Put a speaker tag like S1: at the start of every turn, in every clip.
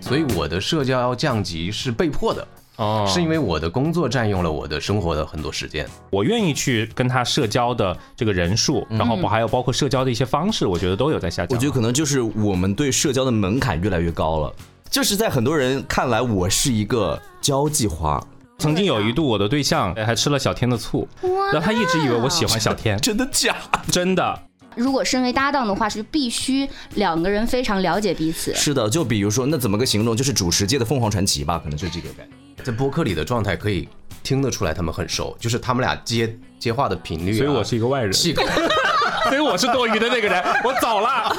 S1: 所以我的社交降级是被迫的，
S2: 哦，
S1: 是因为我的工作占用了我的生活的很多时间。
S2: 我愿意去跟他社交的这个人数，然后还有包括社交的一些方式，嗯我觉得都有在下
S3: 我
S2: 降。
S3: 觉得可能就是我们对社交的门槛越来越高了，就是在很多人看来，我是一个交际花，
S2: 曾经有一度，我的对象还吃了小天的醋，然后他一直以为我喜欢小天，
S3: 真的假？
S2: 真 的。
S4: 如果身为搭档的话，是必须两个人非常了解彼此。
S3: 是的，就比如说，那怎么个形容？就是主持界的凤凰传奇吧，可能就这个感觉。
S1: 在播客里的状态可以听得出来，他们很熟，就是他们俩接接话的频率、啊。
S2: 所以我是一个外人，
S1: 气口。
S2: 所以我是多余的那个 人，我走了。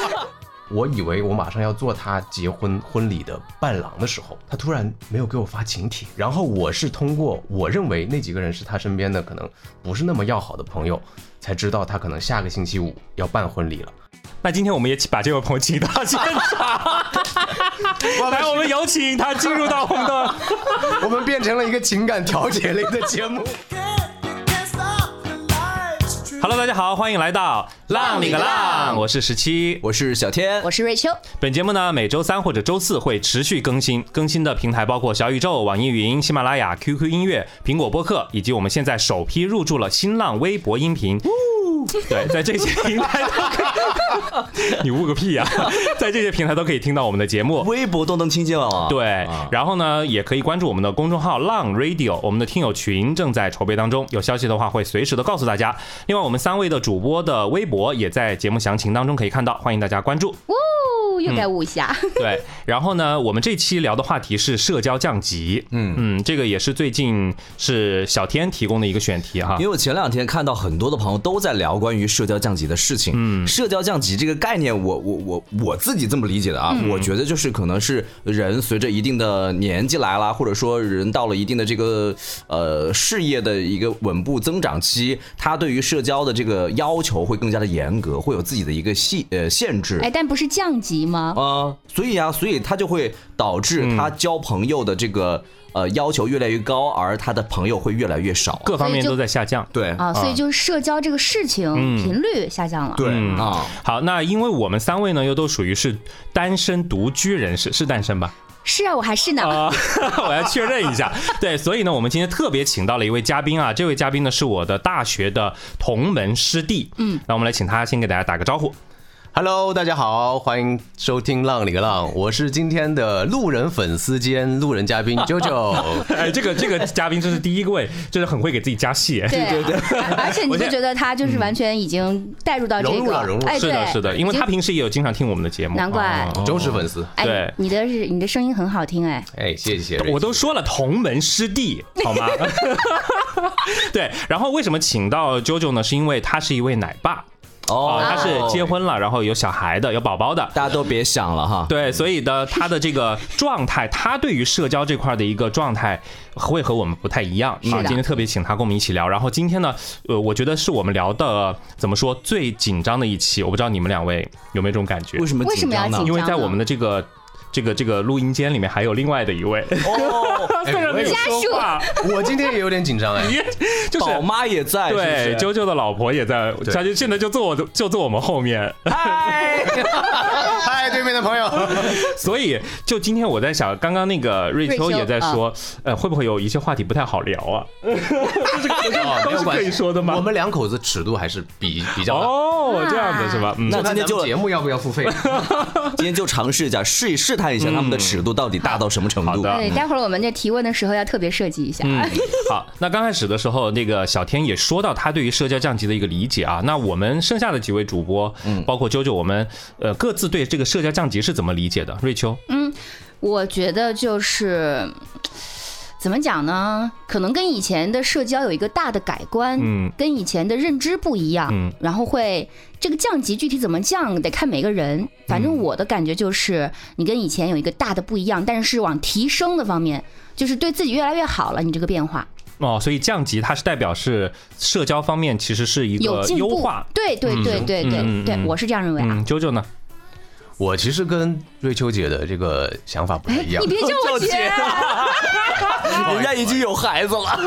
S1: 我以为我马上要做他结婚婚礼的伴郎的时候，他突然没有给我发请帖，然后我是通过我认为那几个人是他身边的可能不是那么要好的朋友，才知道他可能下个星期五要办婚 礼了。
S2: 那今天我们也把这位朋友请到现场，来， 我们有请他进入到我们 的
S1: 我们变成了一个情感调解类的节目。
S2: Hello，大家好，欢迎来到浪里个浪，我是十七。
S3: 我是小天，
S4: 我是瑞秋，
S2: 本节目呢每周三或者周四会持续更新，更新的平台包括小宇宙、网易云、喜马拉雅、QQ 音乐、苹果播客，以及我们现在首批入驻了新浪微博音频。对，在这些平台都可以，你悟个屁呀、啊在这些平台都可以听到我们的节目。
S3: 微博都能听见了啊。
S2: 对，然后呢，也可以关注我们的公众号“浪 Radio”，我们的听友群正在筹备当中，有消息的话会随时的告诉大家。另外，我们三位的主播的微博也在节目详情当中可以看到，欢迎大家关注。
S4: 哦，又该捂一下。
S2: 对，然后呢，我们这期聊的话题是社交降级，嗯嗯，这个也是最近是小天提供的一个选题哈
S3: 因为。我前两天看到很多的朋友都在聊关于社交降级的事情。嗯，社交降级这个概念我，我我我自己这么理解的啊，我觉得就是可能是人随着一定的年纪来啦，或者说人到了一定的这个呃事业的一个稳步增长期，他对于社交的这个要求会更加的严格，会有自己的一个限呃限制。
S4: 哎，但不是降级吗？
S3: 啊，所以啊，所以他就会导致他交朋友的这个、呃要求越来越高，而他的朋友会越来越少。
S2: 各方面都在下降。
S3: 对
S4: 啊，所以就是社交这个事情频率下降了。
S3: 对
S2: 嗯
S3: 啊，
S2: 好，那因为我们三位呢，又都属于是单身独居人士，是单身吧？
S4: 是啊，我还是呢。
S2: 啊、 我要确认一 下。对，所以呢，我们今天特别请到了一位嘉宾啊，这位嘉宾呢是我的大学的同门师弟。嗯，那我们来请他先给大家打个招呼。
S1: Hello，大家好，欢迎收听《浪里个浪》，我是今天的路人粉丝兼路人嘉 宾 JoJo。
S2: 哎， 这个这个嘉宾真是第一位，真是很会给自己加戏。哎
S4: 对对对， 而且你不觉得他就是完全已经带入到这
S1: 融入了融入
S4: 个？
S1: 了
S4: 哎，
S2: 是的，
S4: 对
S2: 是的，因为他
S4: 已经
S2: 平时也有经常听我们的节目，
S4: 难怪
S2: 哦
S1: 忠实粉丝，
S2: 对
S4: 哎，你的是你的声音很好听哎。
S1: 哎，谢谢。
S2: 我都说了同门师弟，好吗？对，然后为什么请到 JoJo 呢？是因为他是一位奶爸
S3: 哦
S2: 啊，他是结婚了，然后有小孩的，有宝宝的。
S3: 大家都别想了哈。
S2: 对，所以呢，他的这个状态，他对于社交这块的一个状态会和我们不太一样啊。
S4: 的
S2: 今天特别请他跟我们一起聊，然后今天呢，呃，我觉得是我们聊的怎么说最紧张的一期，我不知道你们两位有没有这种感觉
S3: 为？什么
S4: 为什
S3: 紧
S4: 么要
S3: 张呢
S4: 紧？
S2: 因为在我们的这个这个这个录音间里面还有另外的一位，
S3: 哦，
S2: 虽然没有说话，
S1: 我今天也有点紧 张哎。
S2: 就是
S3: 宝妈也在，
S2: 对，
S3: 是
S2: 啾啾的老婆也在，她就现在就坐我的就坐我们后面，
S1: 嗨，对面的朋友，
S2: 所以就今天我在想，刚刚那个瑞秋
S4: 瑞秋啊
S2: 也在说，呃，会不会有一些话题不太好聊啊？
S1: 没
S2: 都
S1: 有
S2: 是
S1: 关系
S2: 可以说的吗
S1: 我们两口子尺度还是比比较大。
S2: 哦，这样子是
S4: 啊
S2: 吧？嗯
S3: 那，
S1: 看咱
S3: 今天
S1: 们
S3: 就
S1: 节目要不要 付费？
S3: 不是今天就尝试一下，试一试探一下他们的尺度到底大到什么程
S2: 好
S3: 度。
S2: 的
S4: 对，待会儿我们这提问的时候要特别设计一下。
S2: 嗯，好，那刚开始的时候，那个小天也说到他对于社交降级的一个理解啊。那我们剩下的几位主播，嗯，包括啾啾，我们呃各自对这个社交降级是怎么理解的？瑞秋，
S4: 嗯我觉得就是怎么讲呢？可能跟以前的社交有一个大的改观，
S2: 嗯
S4: 跟以前的认知不一样，
S2: 嗯
S4: 然后会这个降级具体怎么降得看每个人。反
S2: 嗯
S4: 正我的感觉就是，你跟以前有一个大的不一样，但是是往提升的方面，就是对自己越来越好了。你这个变化
S2: 哦，所以降级它是代表是社交方面其实是一
S4: 有
S2: 个
S4: 进
S2: 优
S4: 步
S2: 化，，
S4: 对对对对对
S2: 嗯嗯嗯
S4: 对，我是这样认为啊。
S2: 嗯，啾啾呢？
S1: 我其实跟瑞秋姐的这个想法不太一样
S2: 嗯
S4: 哎你。别叫 我姐，
S3: 人家已经有孩子了。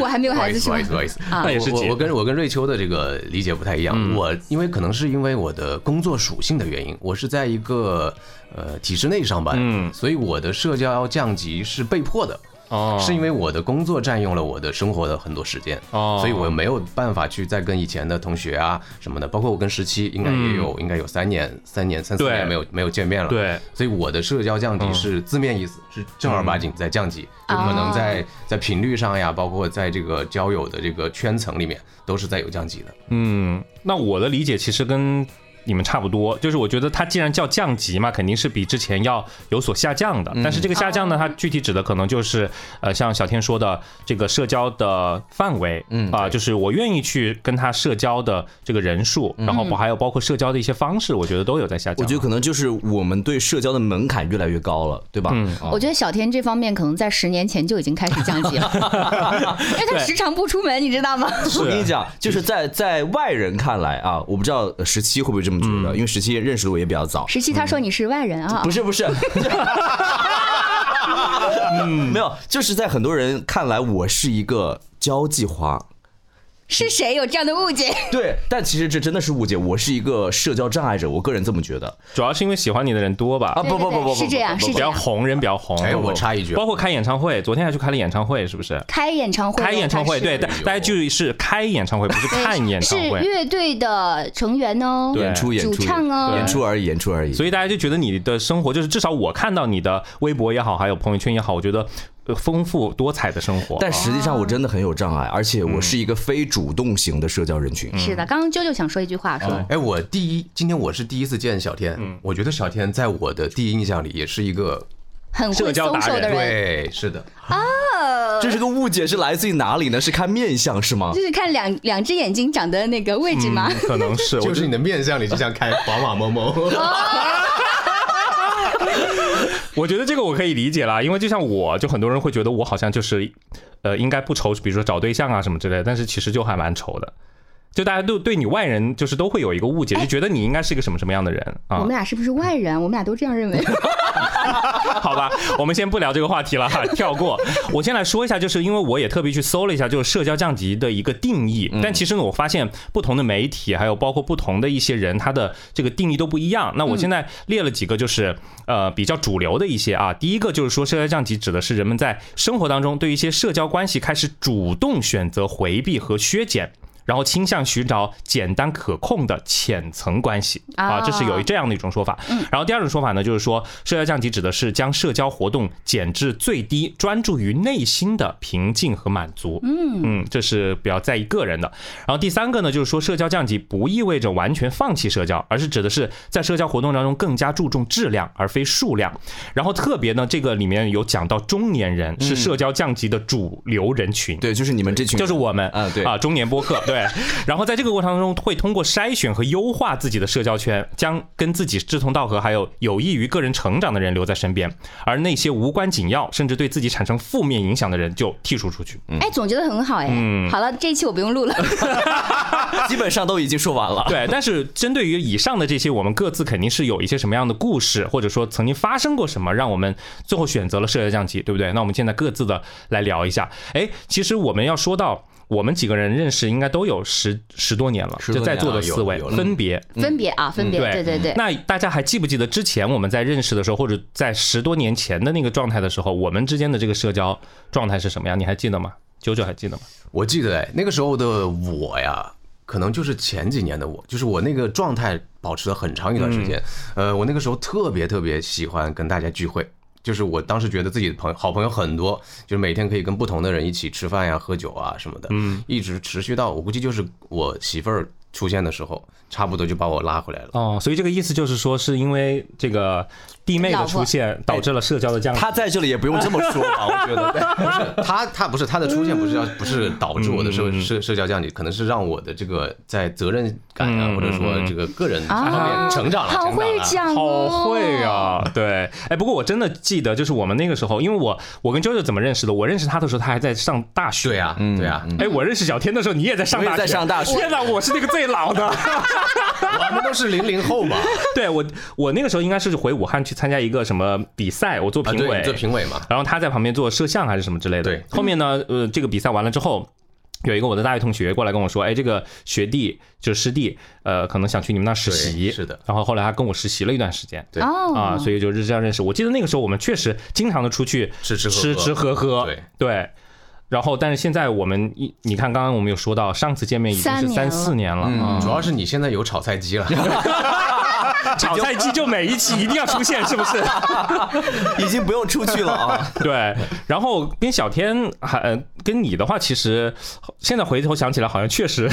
S4: 我还没有
S1: 不好
S4: 孩
S1: 意
S4: 子
S1: 思，
S4: 是
S1: 不好
S4: 吗
S1: 意？思，不好意思，
S4: 啊
S2: 那也是
S1: 我
S2: 姐嗯
S1: 我跟我跟瑞秋的这个理解不太一样。我因为可能是因为我的工作属性的原因，我是在一个呃体制内上班，
S2: 嗯
S1: 所以我的社交降级是被迫的。
S2: 哦，
S1: 是因为我的工作占用了我的生活的很多时间，
S2: 哦
S1: 所以我没有办法去再跟以前的同学啊什么的，包括我跟十七应该也有、应该有三年、三年、三四
S2: 嗯对
S1: 年没有没有见面了，
S2: 对，
S1: 所以我的社交降
S2: 嗯
S1: 级是字面意思，是正儿八经在降级，就可能
S2: 哦
S1: 在在频率上呀，包括在这个交友的这个圈层里面，都是在有降级的。
S2: 嗯，那我的理解其实跟你们差不多，就是我觉得它既然叫降级嘛，肯定是比之前要有所下降的。但是这个下降呢，它具体指的可能就是，呃，像小天说的这个社交的范围，嗯啊、就是我愿意去跟他社交的这个人数，然后还有包括社交的一些方式，我觉得都有在下降。
S3: 我觉得可能就是我们对社交的门槛越来越高了，对吧？嗯，
S4: 我觉得小天这方面可能在十年前就已经开始降级了，因为他时常不出门，你知道吗？
S3: 我跟你讲，就是在在外人看来啊，我不知道十七会不会这么觉得，因为十七认识的我也比较早。
S4: 十七他说你是外人啊
S3: 不，是不 是，嗯，没有，就是在很多人看来，我是一个交际花。
S4: 是谁有这样的误解？
S3: 对，但其实这真的是误解，我是一个社交障碍者，我个人这么觉得。
S2: 主要是因为喜欢你的人多吧，
S3: 啊不不不不不
S4: 是这样，
S3: 不不
S4: 是
S2: 比
S4: 这
S2: 较
S4: 样。
S2: 红，人比较红。
S1: 哎，我插一句，
S2: 包括开演唱会，昨天还去开了演唱会，是不是？
S4: 开演唱会，
S2: 开演唱会，
S4: 他是
S1: 哎
S2: 对，大大家注意是开演唱会，不是看演唱
S4: 是
S2: 会。
S4: 乐队的成员哦，
S2: 对
S3: 演出演出
S4: 主唱哦
S3: 演出而已，演出而已。
S2: 所以大家就觉得你的生活，就是至少我看到你的微博也好，还有朋友圈也好，我觉得呃丰富多彩的生活。
S3: 但实际上我真的很有障碍，而且我是一个非主动型的社交人群。
S4: 是的。刚刚啾啾想说一句话，说
S1: 哎，我第一，今天我是第一次见小天，
S2: 嗯
S1: 我觉得小天在我的第一印象里也是一个，
S4: 很
S2: 社
S4: 会
S2: 交
S4: 松
S2: 达
S4: 手
S2: 人
S4: 的人，
S1: 对，是的，
S3: 这是个误解，是来自于哪里呢？是看面相是吗
S4: 就？是看两两只眼睛长的那个位置吗？
S2: 嗯可能是，我
S1: 就
S2: 觉
S1: 是
S2: 得
S1: 你的面相里就像开宝马某 某。
S2: 我觉得这个我可以理解啦，因为就像我就很多人会觉得我好像就是，呃，应该不愁，比如说找对象啊什么之类的，但是其实就还蛮愁的。就大家都对你外人就是都会有一个误解，就觉得你应该是一个什么什么样的人
S4: 我
S2: 啊
S4: 们？俩是不是外人？我们俩都这样认为。
S2: 好吧，我们先不聊这个话题了哈，跳过。我先来说一下，就是因为我也特别去搜了一下，就是社交降级的一个定义。但其实呢，我发现不同的媒体，还有包括不同的一些人，他的这个定义都不一样。那我现在列了几个，就是呃比较主流的一些啊。第一个就是说，社交降级指的是人们在生活当中对一些社交关系开始主动选择回避和削减。然后倾向寻找简单可控的浅层关系啊，
S4: 啊
S2: 这是有一这样的一种说法。然后第二种说法呢，就是说社交降级指的是将社交活动减至最低，专注于内心的平静和满足。嗯这是比较在意个人的。然后第三个呢，就是说社交降级不意味着完全放弃社交，而是指的是在社交活动当中更加注重质量而非数量。然后特别呢，这个里面有讲到中年人是社交降级的主流人群。
S3: 对，就是你们这群人，
S2: 就是我们
S3: 啊对
S2: 啊，中年播客对。 然后在这个过程当中，会通过筛选和优化自己的社交圈，将跟自己志同道合还有有益于个人成长的人留在身边，而那些无关紧要甚至对自己产生负面影响的人就剔除出去。
S4: 哎，总觉得很好哎。好了，这一期我不用录了。
S3: 基本上都已经说完了。
S2: 对，但是针对于以上的这些，我们各自肯定是有一些什么样的故事，或者说曾经发生过什么，让我们最后选择了社交降级，对不对？那我们现在各自的来聊一下。哎，其实我们要说到。我们几个人认识应该都有十十多年了，
S3: 十
S2: 就
S3: 多
S2: 在
S3: 年
S2: 座的
S1: 了有
S2: 四位
S1: 有了
S2: 分别
S4: 分别啊，分别，对对对。
S2: 那大家还记不记得之前我们在认识的时候，或者在十多年前的那个状态的时候，我们之间的这个社交状态是什么样？你还记得吗？九九还记得吗？
S1: 我记得哎，那个时候的我呀，可能就是前几年的我，就是我那个状态保持了很长一段时间。呃，我那个时候特别特别喜欢跟大家聚会。就是我当时觉得自己的朋友好朋友很多，就是每天可以跟不同的人一起吃饭呀、喝酒啊什么的，嗯，一直持续到我估计就是我媳妇儿出现的时候，差不多就把我拉回来了。
S2: 哦，所以这个意思就是说，是因为这个弟妹的
S4: 老
S2: 出
S4: 婆哎
S2: 现导致了社交的降低。
S3: 他在这里也不用这么说吧，我觉 得。
S1: 不是他，他不是他的出现，不是要不是导致我的社社社交降级，可能是让我的这个在责任感啊，或者说这个个人方面成长了，
S4: 啊好
S1: 成长
S4: 会
S1: 了。
S4: 讲哦，
S2: 好会！啊！对，哎，不过我真的记得，就是我们那个时候，因为我我跟 JoJo 怎么认识的？我认识他的时候，他还在上大学。
S1: 对呀、对呀、啊
S2: 哎，我认识小天的时候，你也在上
S3: 我也
S2: 大学，
S3: 在上大学
S2: 天哪，我是那个最最老的。
S1: 我们都是零零后嘛，
S2: 对我，我那个时候应该是回武汉去参加一个什么比赛，我做
S1: 啊，
S2: 评
S1: 对，
S2: 委，
S1: 你做评委嘛，
S2: 然后他在旁边做摄像还是什么之类的。
S1: 对，
S2: 后面呢，呃，这个比赛完了之后。有一个我的大学同学过来跟我说，哎，这个学弟就是师弟，呃，可能想去你们那儿实习。
S1: 对是的
S2: 然后后来他跟我实习了一段时间，
S1: 对
S4: 哦
S2: 啊，所以就是这样认识。我记得那个时候我们确实经常的出去
S1: 吃吃喝
S2: 吃
S1: 喝
S2: 吃喝喝，
S1: 对
S2: 对。然后，但是现在我们一，你看刚刚我们有说到，上次见面已经
S4: 三
S2: 是
S4: 年
S2: 三
S4: 了
S2: 四年了，啊
S1: 主要是你现在有炒菜机 了，
S2: 炒菜机就每一期一定要出现，是不是？
S3: 已经不用出去了啊。
S2: 对，然后跟小天还、呃跟你的话，其实 现在回头想起来，好像确实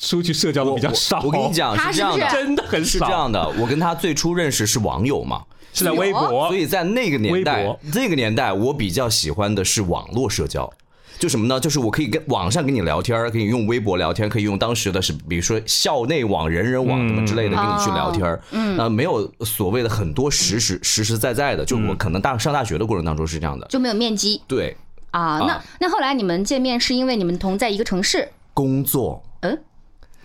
S2: 出去社交的比较少。
S3: 我跟你，讲
S4: 他
S3: 是这样
S4: 是不
S3: 的，
S2: 真的很
S3: 是
S2: 少。
S3: 这样的，我跟他最初认识是网友嘛，
S2: 是在微博
S3: 所，以在那个
S2: 哦
S3: 年
S2: 微
S3: 代
S2: 博，
S3: 那个年代我比较喜欢的是网络社交。就什么呢？就是我可以跟网上跟你聊天儿，可以用微博聊天，可以用当时的是，比如说校内网、人人网什么之类的，跟你去聊天
S4: 哦
S3: 儿。嗯，呃，没有所谓的很多实实实实在在的，就
S2: 嗯
S3: 我可能大上大学的过程当中是这样的。
S4: 就没有面基
S3: 对，
S4: 啊。那那后来你们见面是因为你们同在一个城市，
S3: 工作
S4: 嗯，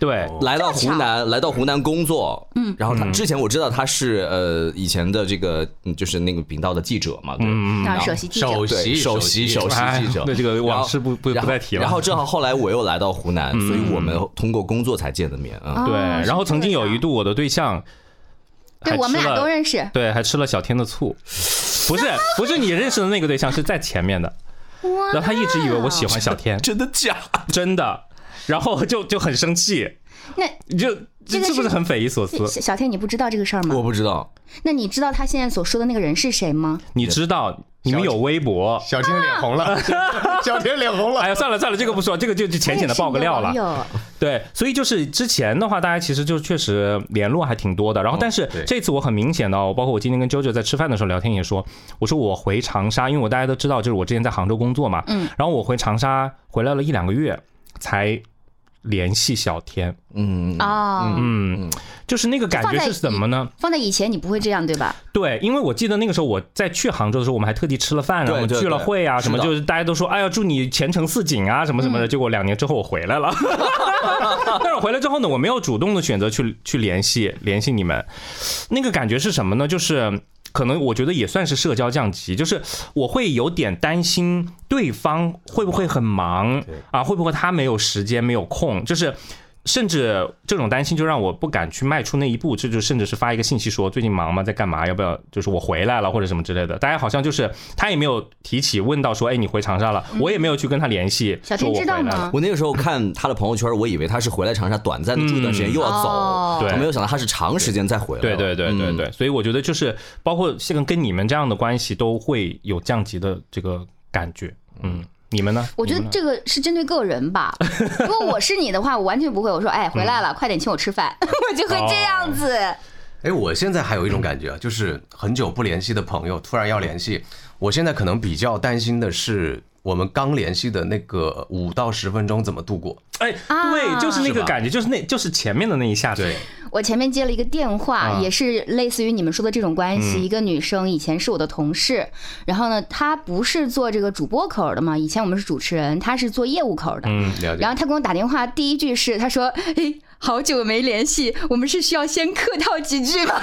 S2: 对，
S3: 来到
S4: 这
S3: 湖
S4: 么巧
S3: 南，来到湖南工作，嗯，然后他之前我知道他是呃以前的这个嗯就是那个频道的记者嘛，
S2: 嗯
S3: 对，
S4: 让首席记者
S1: 首
S3: 对
S1: 席
S3: 首席首席
S2: 哎
S3: 记者，
S2: 那这个往事不不
S3: 然
S2: 不
S3: 后
S2: 再提了。嗯
S3: 然后正好后来我又来到湖南，所以我们通过工作才见的面啊。
S2: 对，
S4: 哦
S2: 然后
S4: 是
S2: 曾经
S4: 这
S2: 有一
S4: 样
S2: 度我的对象，
S4: 对我们俩都认识。
S2: 对，还吃了小天的醋，不是不是你认识的那个对象，是在前面的。
S4: 哇
S2: 然后他一直以为我喜欢小天，
S3: 真的假？
S2: 真的，然后就就很生气，
S4: 那
S2: 你就
S4: 这
S2: 这
S4: 个
S2: 是不
S4: 是
S2: 是很匪夷所思
S4: 小？小天，你不知道这个事儿
S3: 我
S4: 吗？
S3: 不知道，
S4: 那你知道他现在所说的那个人是谁吗？
S2: 你知道你们有微博。
S1: 小天脸红了， 小天脸红了
S2: 哎，呀，算了算了，这个不说，这个就就浅浅的爆个料了
S4: 哎他也是。你的网友
S2: 对，所以就是之前的话，大家其实就确实联络还挺多的。然后，但是
S1: 对
S2: 这次我很明显的哦，包括我今天跟 JoJo 在吃饭的时候聊天也说，我说我回长沙，因为我大家都知道，就是我之前在杭州工作嘛，
S4: 嗯，
S2: 然后我回长沙回来了一两个月才联系小天，
S3: 嗯，
S4: 哦，
S2: 嗯，就是那个感觉是怎么呢？
S4: 放在以前你不会这样对吧？
S2: 对，因为我记得那个时候我在去杭州的时候，我们还特地吃了饭，然后
S3: 对对
S2: 聚了
S3: 对嗯
S2: 会啊，什么
S3: 是的
S2: 就是大家都说，哎呀，祝你前程似锦啊，什么什么的。结果两年之后我回来了， 但是我回来之后呢，我没有主动的选择去去联系联系你们，那个感觉是什么呢？就是。可能我觉得也算是社交降级，就是我会有点担心对方会不会很忙啊，会不会他没有时间没有空，就是甚至这种担心就让我不敢去迈出那一步，这就甚至是发一个信息说最近忙吗，在干嘛，要不要就是我回来了或者什么之类的。大家好像就是他也没有提起问到说，哎，你回长沙了，我也没有去跟他联系，
S4: 嗯小
S2: 说
S4: 天
S2: 我
S4: 知道
S2: 回来了
S4: 吗？
S3: 我那个时候看他的朋友圈，我以为他是回来长沙短暂的住一段时间又要
S4: 哦
S3: 走，
S2: 嗯对
S3: 我没有想到他是长时间再回来。
S2: 对对对
S3: 嗯
S2: 对对，所以我觉得就是包括像跟你们这样的关系，都会有降级的这个感觉。嗯，你们呢？
S4: 我觉得这个是针对个 人吧。如果我是你的话，我完全不会。我说，哎，回来
S2: 嗯
S4: 了，快点请我吃饭， 我就会这样子。
S1: 哎，我现在还有一种感觉啊，就是很久不联系的朋友突然要联系，我现在可能比较担心的是，我们刚联系的那个五到十分钟怎么度过？
S2: 哎，
S4: 啊
S2: 对，就是那个感觉，就是那就是前面的那一下子。
S1: 对，
S4: 我前面接了一个电话，
S2: 啊
S4: 也是类似于你们说的这种关
S2: 嗯
S4: 系。一个女生以前是我的同事，然后呢，她不是做这个主播口的嘛，以前我们是主持人，她是做业务口的。
S1: 嗯，了解
S4: 然。后她给我打电话，第一句是她说：“哎，好久没联系，我们是需要先客套几句吗？”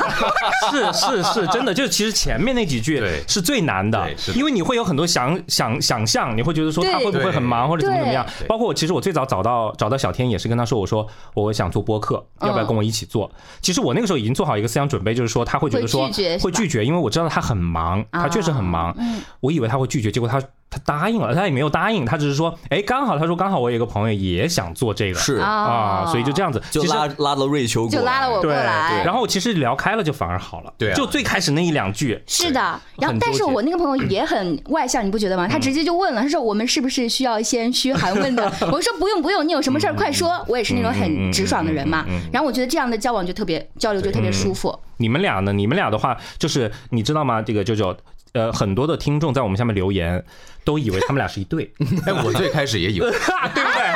S2: 是是是，真的，就是其实前面那几句
S1: 对
S2: 是最难的
S1: 对是，的
S2: 因为你会有很多想想想象，你会觉得说他
S4: 对
S2: 会不会很忙或者怎么怎么样
S1: 对。对
S2: 包括我其实我最早找到找到小天也是跟他说，我说我想做播客，
S1: 嗯
S2: 要不要跟我一起做？其实我那个时候已经做好一个思想准备，就是说他会觉得说
S4: 会拒绝是吧
S2: 会拒绝，因为我知道他很忙，
S1: 啊
S2: 他确实很忙，
S1: 嗯
S2: 我以为他会拒绝，结果他他答应了，他也没有答应，他只是说，哎，刚好他说刚好我有一个朋友也想做这个，
S1: 哦
S3: 是
S2: 啊，所以就这样子，
S3: 就
S2: 其实
S3: 拉拉了瑞秋过来，
S4: 哦就拉了我过
S2: 对，
S4: 来。
S2: 然后其实聊开了就反而好了，
S1: 对啊
S2: 就最开始那一两句。
S4: 是的，然后
S2: 很
S4: 但是
S2: 纠结
S4: 我那个朋友也很外向，你不觉得
S3: 嗯
S4: 吗？他直接就问了，他说我们是不是需要先嘘寒 问暖？我说不用不用，你有什
S3: 嗯
S4: 么事儿快说。我也是那种很直爽的人嘛。然后我觉得这样的交往就特别交流
S3: 嗯
S4: 就特别舒服。
S2: 你们俩呢？你们俩的话，就是你知道吗？这个舅舅，呃，很多的听众在我们下面留言，都以为他们俩是一 对，
S1: 哎，我最开 始也以为，
S2: 对不对？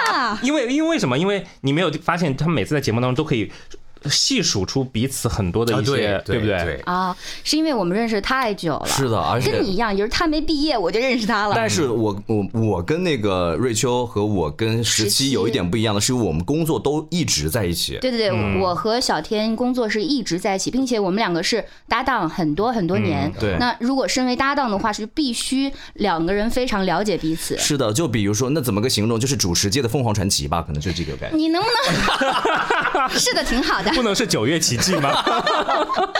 S2: 因为因为什么？因为你没有发现，他们每次在节目当中都可以。细数出彼此很多的
S1: 啊
S2: 一些，
S1: 对
S2: 不对？
S1: 对，
S4: 啊，是因为我们认识太久了，
S3: 是的，而且
S4: 跟你一样，就是他没毕业我就认识他了。
S3: 但是我我我跟那个瑞秋和我跟十
S4: 十
S3: 七
S4: 七
S3: 有一点不一样的是，我们工作都一直在一起。
S4: 对对对，
S3: 嗯
S4: 我和小天工作是一直在一起，并且我们两个是搭档很多很多年。
S3: 嗯对
S4: 那如果身为搭档的话，是必须两个人非常了解彼此。
S3: 是的，就比如说，那怎么个形容？就是主持界的凤凰传奇吧，可能就这个 概念。
S4: 你能不能？ 是的，挺好的。
S2: 不能是九月奇迹 吗？啊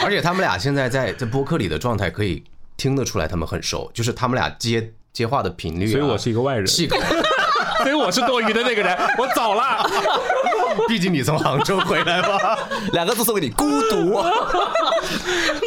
S1: 而且他们俩现在在在播客里的状态，可以听得出来他们很熟，就是他们俩接接话的频率啊、
S2: 所以我是一个外人，
S1: 细
S2: 所
S1: 口。
S2: 以我是多余的那个人，我走 了。
S1: 毕竟你从杭州回来嘛，
S3: 两个字送给你，孤独。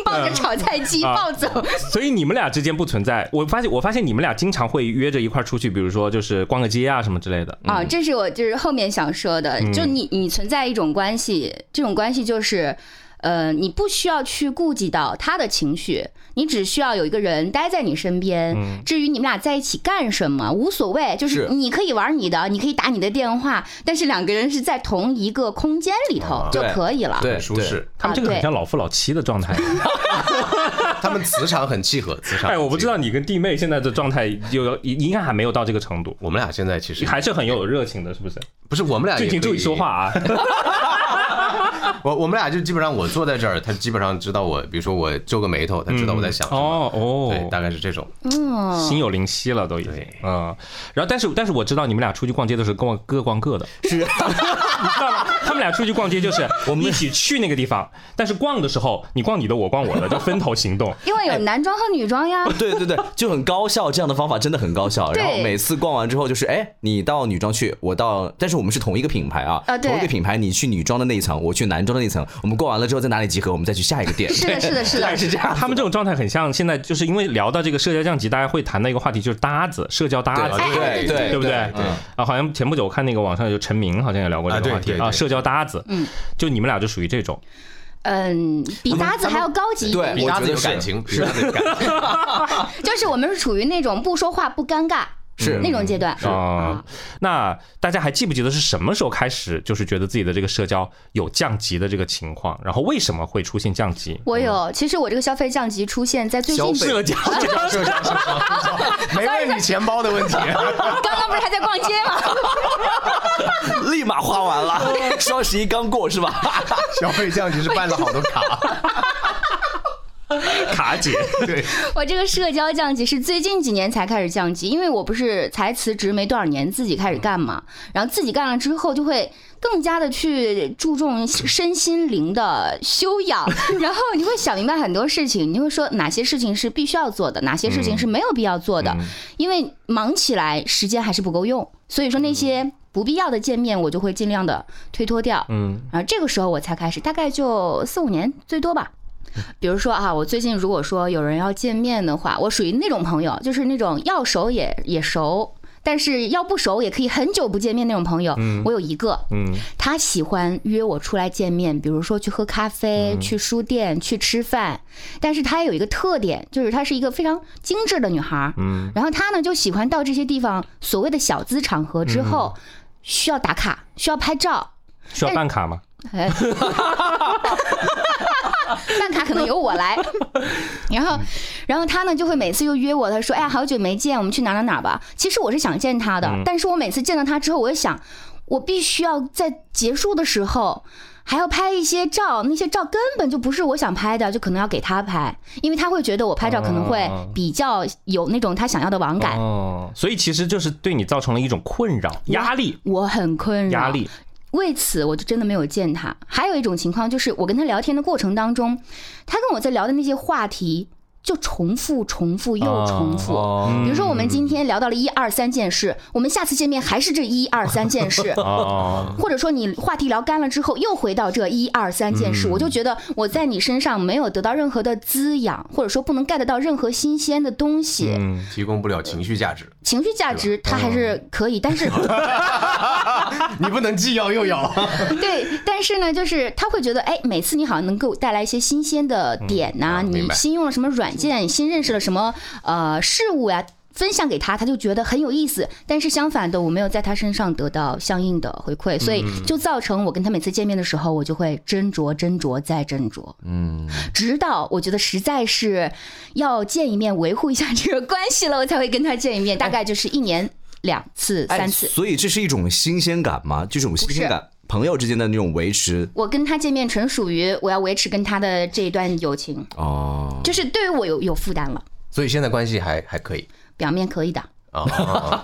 S4: 抱着炒菜机
S3: 嗯
S2: 啊
S4: 暴走，
S2: 所以你们俩之间不存在。我发现，我发现你们俩经常会约着一块儿出去，比如说就是逛个街啊什么之类的。
S4: 啊，这是我就是后面想说的，
S3: 嗯
S4: 就你你存在一种关系，这种关系就是，呃，你不需要去顾及到他的情绪，你只需要有一个人待在你身边。至于你们俩在一起干什么无所谓，就是
S3: 嗯是
S4: 你可以玩你的，你可以打你的电话，但是两个人是在同一个空间里头就
S3: 啊对
S4: 可以 了。
S3: 对，
S1: 很舒适。
S2: 他们这个很像老夫老妻的状态。
S1: 他们磁场很契合，磁场。
S2: 哎，我不知道，你跟弟妹现在的状态有应该还没有到这个程度，
S1: 我们俩现在其实
S2: 还是很有热情的，是不是？
S1: 不是我们俩
S2: 俊
S1: 也
S2: 廷
S1: 可
S2: 注
S1: 以
S2: 意说话。 啊！
S1: 我我们俩就基本上我坐在这儿，他基本上知道我，比如说我皱个眉头，他知道我在想什么。
S2: 哦
S1: 对，大
S2: 哦，
S1: 概是这种。
S4: 嗯，
S2: 心有灵犀了都已经
S1: 对。
S2: 嗯，然后但是但是我知道你们俩出去逛街都是逛各逛各的，
S3: 是，
S2: 你知道吗？他们俩出去逛街就是啊我们一起去那个地方，但是逛的时候你逛你的，我逛我的，就分头行动。
S4: 因为
S3: 哎
S4: 有男装和女装 呀。
S3: 对对对，就很高效，这样的方法真的很高效。
S4: 对
S3: 然后每次逛完之后，就是哎，你到女装去，我到，但是我们是同一个品牌啊，
S4: 啊对
S3: 同一个品牌，你去女装的那一层，我去男装的那一层，我们逛完了之后在哪里集合，我们再去下一个店。
S4: 是的，是的，是的，
S3: 是这样。
S2: 他们这种状态很像现在，就是因为聊到这个社交降级，大家会谈到一个话题，就是搭子，社交搭子，
S4: 哎
S3: 对对
S2: 对不对？
S3: 对
S2: 啊，好像前不久我看那个网上有陈明，好像也聊过这
S1: 啊
S2: 个
S1: 对
S2: 话题
S1: 对
S2: 啊，
S1: 对
S2: 社交搭子。
S4: 嗯，
S2: 就你们俩就属于这种，
S4: 嗯，比搭子还要高级一
S3: 对
S4: 点
S1: 比
S3: 我
S1: 搭
S3: 觉
S1: 子
S3: 得
S1: 有
S3: 是
S1: 感情，比搭子 有感情。
S4: 就是我们是处于那种不说话不尴尬
S3: 是
S4: 那种阶段
S2: 是啊那大家还记不记得是什么时候开始，就是觉得自己的这个社交有降级的这个情况？然后为什么会出现降级？
S4: 我有，其实我这个消费降级出现在最
S3: 消
S4: 近
S3: 费
S4: 几，
S2: 社交
S1: 社交社交，没问你钱包的问题。
S4: 刚刚不是还在逛街吗？
S3: 立马花完 了，双十一刚过是吧？
S1: 消费降级是办了好多卡，
S2: 卡姐，
S1: 对，
S4: 我这个社交降级是最近几年才开始降级，因为我不是才辞职没多少年，自己开始干嘛，然后自己干了之后就会。更加的去注重身心灵的修养，然后你会想明白很多事情，你会说哪些事情是必须要做的，哪些事情是没有必要做的，因为忙起来时间还是不够用，所以说那些不必要的见面我就会尽量的推脱掉。
S2: 嗯，
S4: 然后这个时候我才开始，大概就四五年最多吧。比如说啊，我最近如果说有人要见面的话，我属于那种朋友，就是那种要熟也也熟，但是要不熟也可以很久不见面那种朋友。我有一个，
S2: 嗯，
S4: 他喜欢约我出来见面，比如说去喝咖啡、去书店、去吃饭。但是她有一个特点，就是她是一个非常精致的女孩。嗯，然后她呢就喜欢到这些地方所谓的小资场合之后，需要打卡，需要拍照。
S2: 需要办卡吗？
S4: 哎，办卡可能由 我来，然
S2: 嗯
S4: 后，然后他呢就会每次又约我，他说：“哎呀，好久没见，我们去哪哪哪吧。”其实我是想见他的，
S2: 嗯
S4: 但是我每次见到他之后，我就想，我必须要在结束的时候还要拍一些照，那些照根本就不是我想拍的，就可能要给他拍，因为他会觉得我拍照可能会
S2: 哦
S4: 比较有那种他想要的网感。
S2: 哦，所以其实就是对你造成了一种困扰、压力、
S4: 我很困扰，
S2: 压力。。
S4: 为此，我就真的没有见他。还有一种情况就是，我跟他聊天的过程当中，他跟我在聊的那些话题就重复、重复又重复。
S1: 哦
S4: 比如说，我们今天聊到了一二三件事，我们下次见面还是这一二三件事
S2: 哦，
S4: 或者说你话题聊干了之后，又回到这一二三件事，我就觉得我在你身上没有得到任何的滋养，或者说不能 get 到任何新鲜的东西。
S1: 提供不了情绪价值，
S4: 情绪价值它还是可以，但是
S1: 你不能既要又要。
S4: 对，但是呢，就是他会觉得，哎，每次你好像能给我带来一些新鲜的点呐、
S1: 啊明
S4: 你
S1: 白
S4: 新用了什么软件，新认识了什么呃事物呀、分享给他，他就觉得很有意思。但是相反的，我没有在他身上得到相应的回馈，所以
S1: 嗯
S4: 就造成我跟他每次见面的时候，我就会斟酌、斟酌再斟酌。
S1: 嗯
S4: 直到我觉得实在是要见一面，维护一下这个关系了，我才会跟他见一
S1: 哎
S4: 面。大概就是一年两次、
S3: 哎
S4: 三次。
S3: 所以这是一种新鲜感吗？这种新鲜感，朋友之间的那种维持
S4: 我跟他见面，纯属于我要维持跟他的这一段友情，
S3: 哦，
S4: 就是对于我有有负担了。
S1: 所以现在关系还还可以
S4: 表面可以的，
S1: 啊。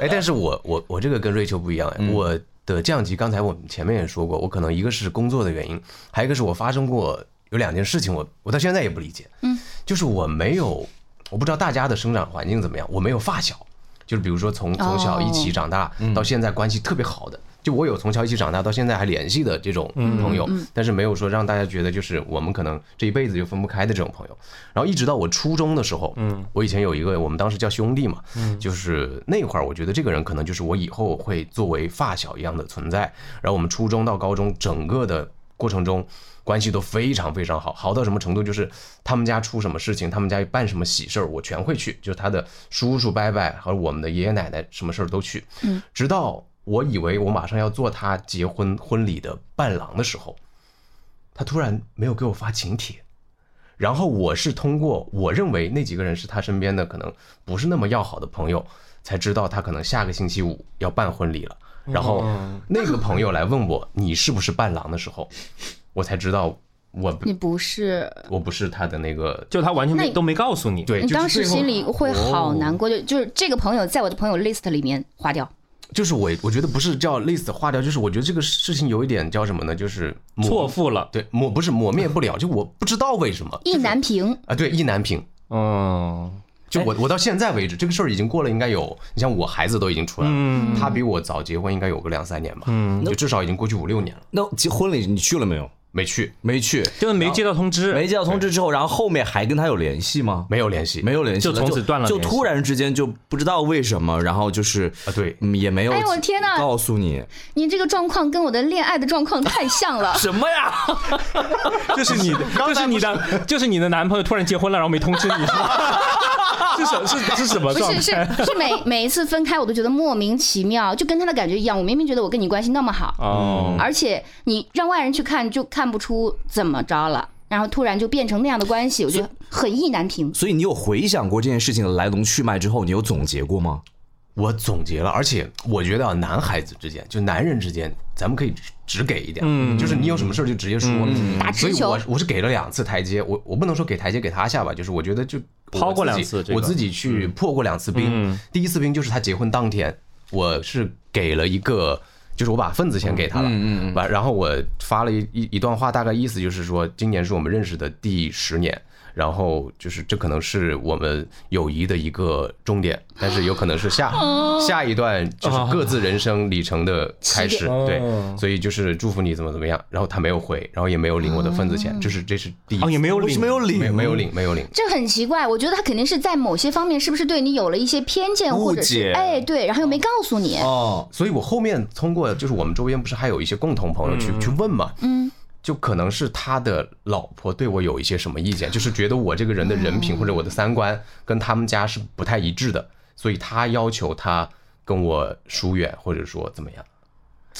S1: 哎，但是我我我这个跟瑞秋不一样哎，我的降级刚才我们前面也说过，我可能一个是工作的原因，还有一个是我发生过有两件事情我，我到现在也不理解，嗯，就是我没有，我不知道大家的生长环境怎么样，我没有发小，就是比如说从从小一起长大到现在关系特别好的。就我有从小一起长大到现在还联系的这种朋友，但是没有说让大家觉得就是我们可能这一辈子就分不开的这种朋友。然后一直到我初中的时候，嗯，我以前有一个我们当时叫兄弟嘛，就是那会儿我觉得这个人可能就是我以后会作为发小一样的存在。然后我们初中到高中整个的过程中。关系都非常非常好，好到什么程度？就是他们家出什么事情，他们家办什么喜事儿，我全会去。就是他的叔叔伯伯和我们的爷爷奶奶，什么事儿都去。嗯，直到我以为我马上要做他结婚婚礼的伴郎的时候，他突然没有给我发请帖。然后我是通过我认为那几个人是他身边的可能不是那么要好的朋友，才知道他可能下个星期五要办婚礼了。然后那个朋友来问我你是不是伴郎的时候，我才知道我不
S4: 你不是？
S1: 我不是他的那个
S2: 就他完全没
S4: 那
S2: 都没告诉你，
S1: 对，
S4: 你
S1: 就是
S4: 当时
S1: 最后
S4: 心里会好难过，就就是这个朋友在我的朋友 list 里面划掉。
S1: 就是我我觉得不是叫 list 划掉，就是我觉得这个事情有一点叫什么呢？就是抹
S2: 错付了，
S1: 对抹不是抹灭不了，就我不知道为什么
S4: 意难平，
S1: 啊，对意难平。
S2: 嗯，
S1: 就我我到现在为止，这个事儿已经过了，应该有你像我孩子都已经出来了，
S2: 嗯
S1: 他比我早结婚，应该有个两三年吧，就至少已经过去五六年了，
S3: 那结婚礼你去了没有？
S1: 没去，
S3: 没去，
S2: 就是没接到通知，
S3: 没接到通知之后，然后后面还跟他有联系吗？
S1: 没有联系，
S3: 没有联系了，
S2: 就从此断了
S3: 就
S2: 联系呃
S3: 突然之间就不知道为什么，然后就是
S1: 啊对
S3: 嗯也没有，
S4: 哎呦我的天哪
S3: 告诉你。
S4: 你这个状况跟我的恋爱的状况太 像了
S3: 什么呀？
S2: 这是你的，这是你的，就是你的男朋友突然结婚了，然后没通知你，是吗 是什是是什么
S4: 不
S2: 状
S4: 是
S2: 态？
S4: 是是每每一次分开我都觉得莫名其妙，就跟他的感觉一样。我明明觉得我跟你关系那么好，
S2: 哦，
S4: 而且你让外人去看就看不出怎么着了，然后突然就变成那样的关系，我觉得很意难平。
S3: 所以你有回想过这件事情的来龙去脉之后，你有总结过吗？
S1: 我总结了，而且我觉得啊，男孩子之间，就男人之间，咱们可以只只给一点，
S2: 嗯
S1: 就是你有什么事儿就直接说，
S4: 打
S1: 所
S4: 直
S1: 以
S4: 球
S1: 我我是给了两次台阶，我我不能说给台阶给他下吧，就是我觉得就我
S2: 抛过
S1: 自己
S2: 两次这个
S1: 我自己去破过两次冰，第一次冰就是他结婚当天，我是给了一个。就是我把份子钱给他了，嗯完、然后我发了一一一段话，大概意思就是说，今年是我们认识的第十年，然后就是这可能是我们友谊的一个终点，但是有可能是下下一段就是各自人生里程的开始，对，所以就是祝福你怎么怎么样。然后他没有回，然后也没有领我的份子钱，这是这是第一次，
S2: 哦也没有领，
S3: 没有领，
S1: 没没有领没有领，
S4: 这很奇怪，我觉得他肯定是在某些方面是不是对你有了一些偏见，
S3: 误
S4: 或者
S3: 解
S4: 是哎对，然后又没告诉你。
S3: 哦，
S1: 所以我后面通过就是我们周边不是还有一些共同朋友去、去问嘛，嗯，就可能是他的老婆对我有一些什么意见，就是觉得我这个人的人品或者我的三观跟他们家是不太一致的，所以他要求他跟我疏远或者说怎么样。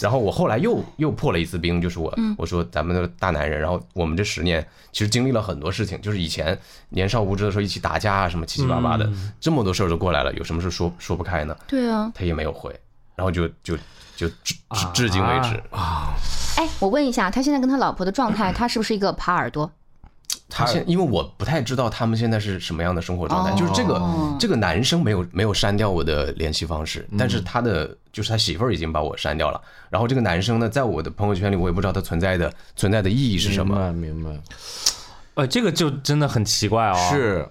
S1: 然后我后来又又破了一次冰，就是我、我说咱们的大男人，然后我们这十年其实经历了很多事情，就是以前年少无知的时候一起打架啊什么七七八八的，这么多事儿都过来了，有什么事说说不开呢？
S4: 对啊，
S1: 他也没有回，然后就就就至
S3: 啊
S1: 至至今为止，
S4: 哎，我问一下，他现在跟他老婆的状态，他是不是一个耙耳 朵？
S1: 他现因为我不太知道他们现在是什么样的生活状态，
S4: 哦
S1: 就是这个这个男生没有没有删掉我的联系方式，但
S3: 嗯
S1: 是他的就是他媳妇儿已经把我删掉了，然后这个男生呢，在我的朋友圈里，我也不知道他存在的存在的意义是什么，
S3: 明白，
S2: 呃，这个就真的很奇怪哦，
S3: 是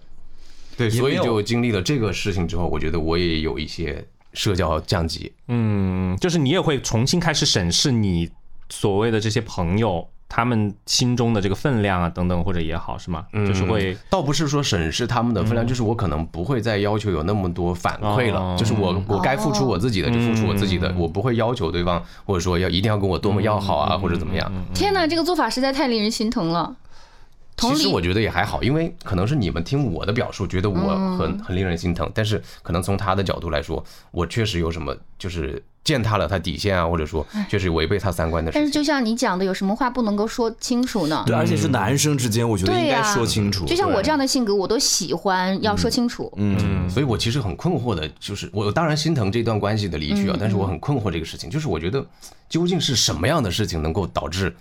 S1: 对，所以
S3: 也没有
S1: 就经历了这个事情之后，我觉得我也有一些社交降级，
S2: 嗯，就是你也会重新开始审视你所谓的这些朋友，他们心中的这个分量啊，等等，或者也好，是吗？就是会
S1: 倒不是说审视他们的分量，就是我可能不会再要求有那么多反馈了，
S2: 哦
S1: 就是我我该付出我自己的就付出我自己的，我不会要求对方或
S4: 嗯
S1: 者说要一定要跟我多么要好啊、或者怎么样。
S4: 天哪，这个做法实在太令人心疼了。
S1: 其
S4: 同
S1: 实
S4: 理
S1: 我觉得也还好，因为可能是你们听我的表述，觉得我很、
S4: 嗯
S1: 很令人心疼，但是可能从他的角度来说，我确实有什么就是践踏了他底线啊，或者说确实违背他三观的事
S4: 但
S1: 情。
S4: 是就像你讲的，有什么话不能够说清楚呢？
S3: 对，而且是男生之间，我觉得
S4: 对
S3: 应该
S4: 呀
S3: 说清楚。
S4: 就像我这样的性格，我都喜欢要说清楚。
S3: 嗯
S1: 嗯所以我其实很困惑的，就是我当然心疼这段关系的离去啊，但是我很困惑这个事情，就是我觉得究竟是什么样的事情能够导致，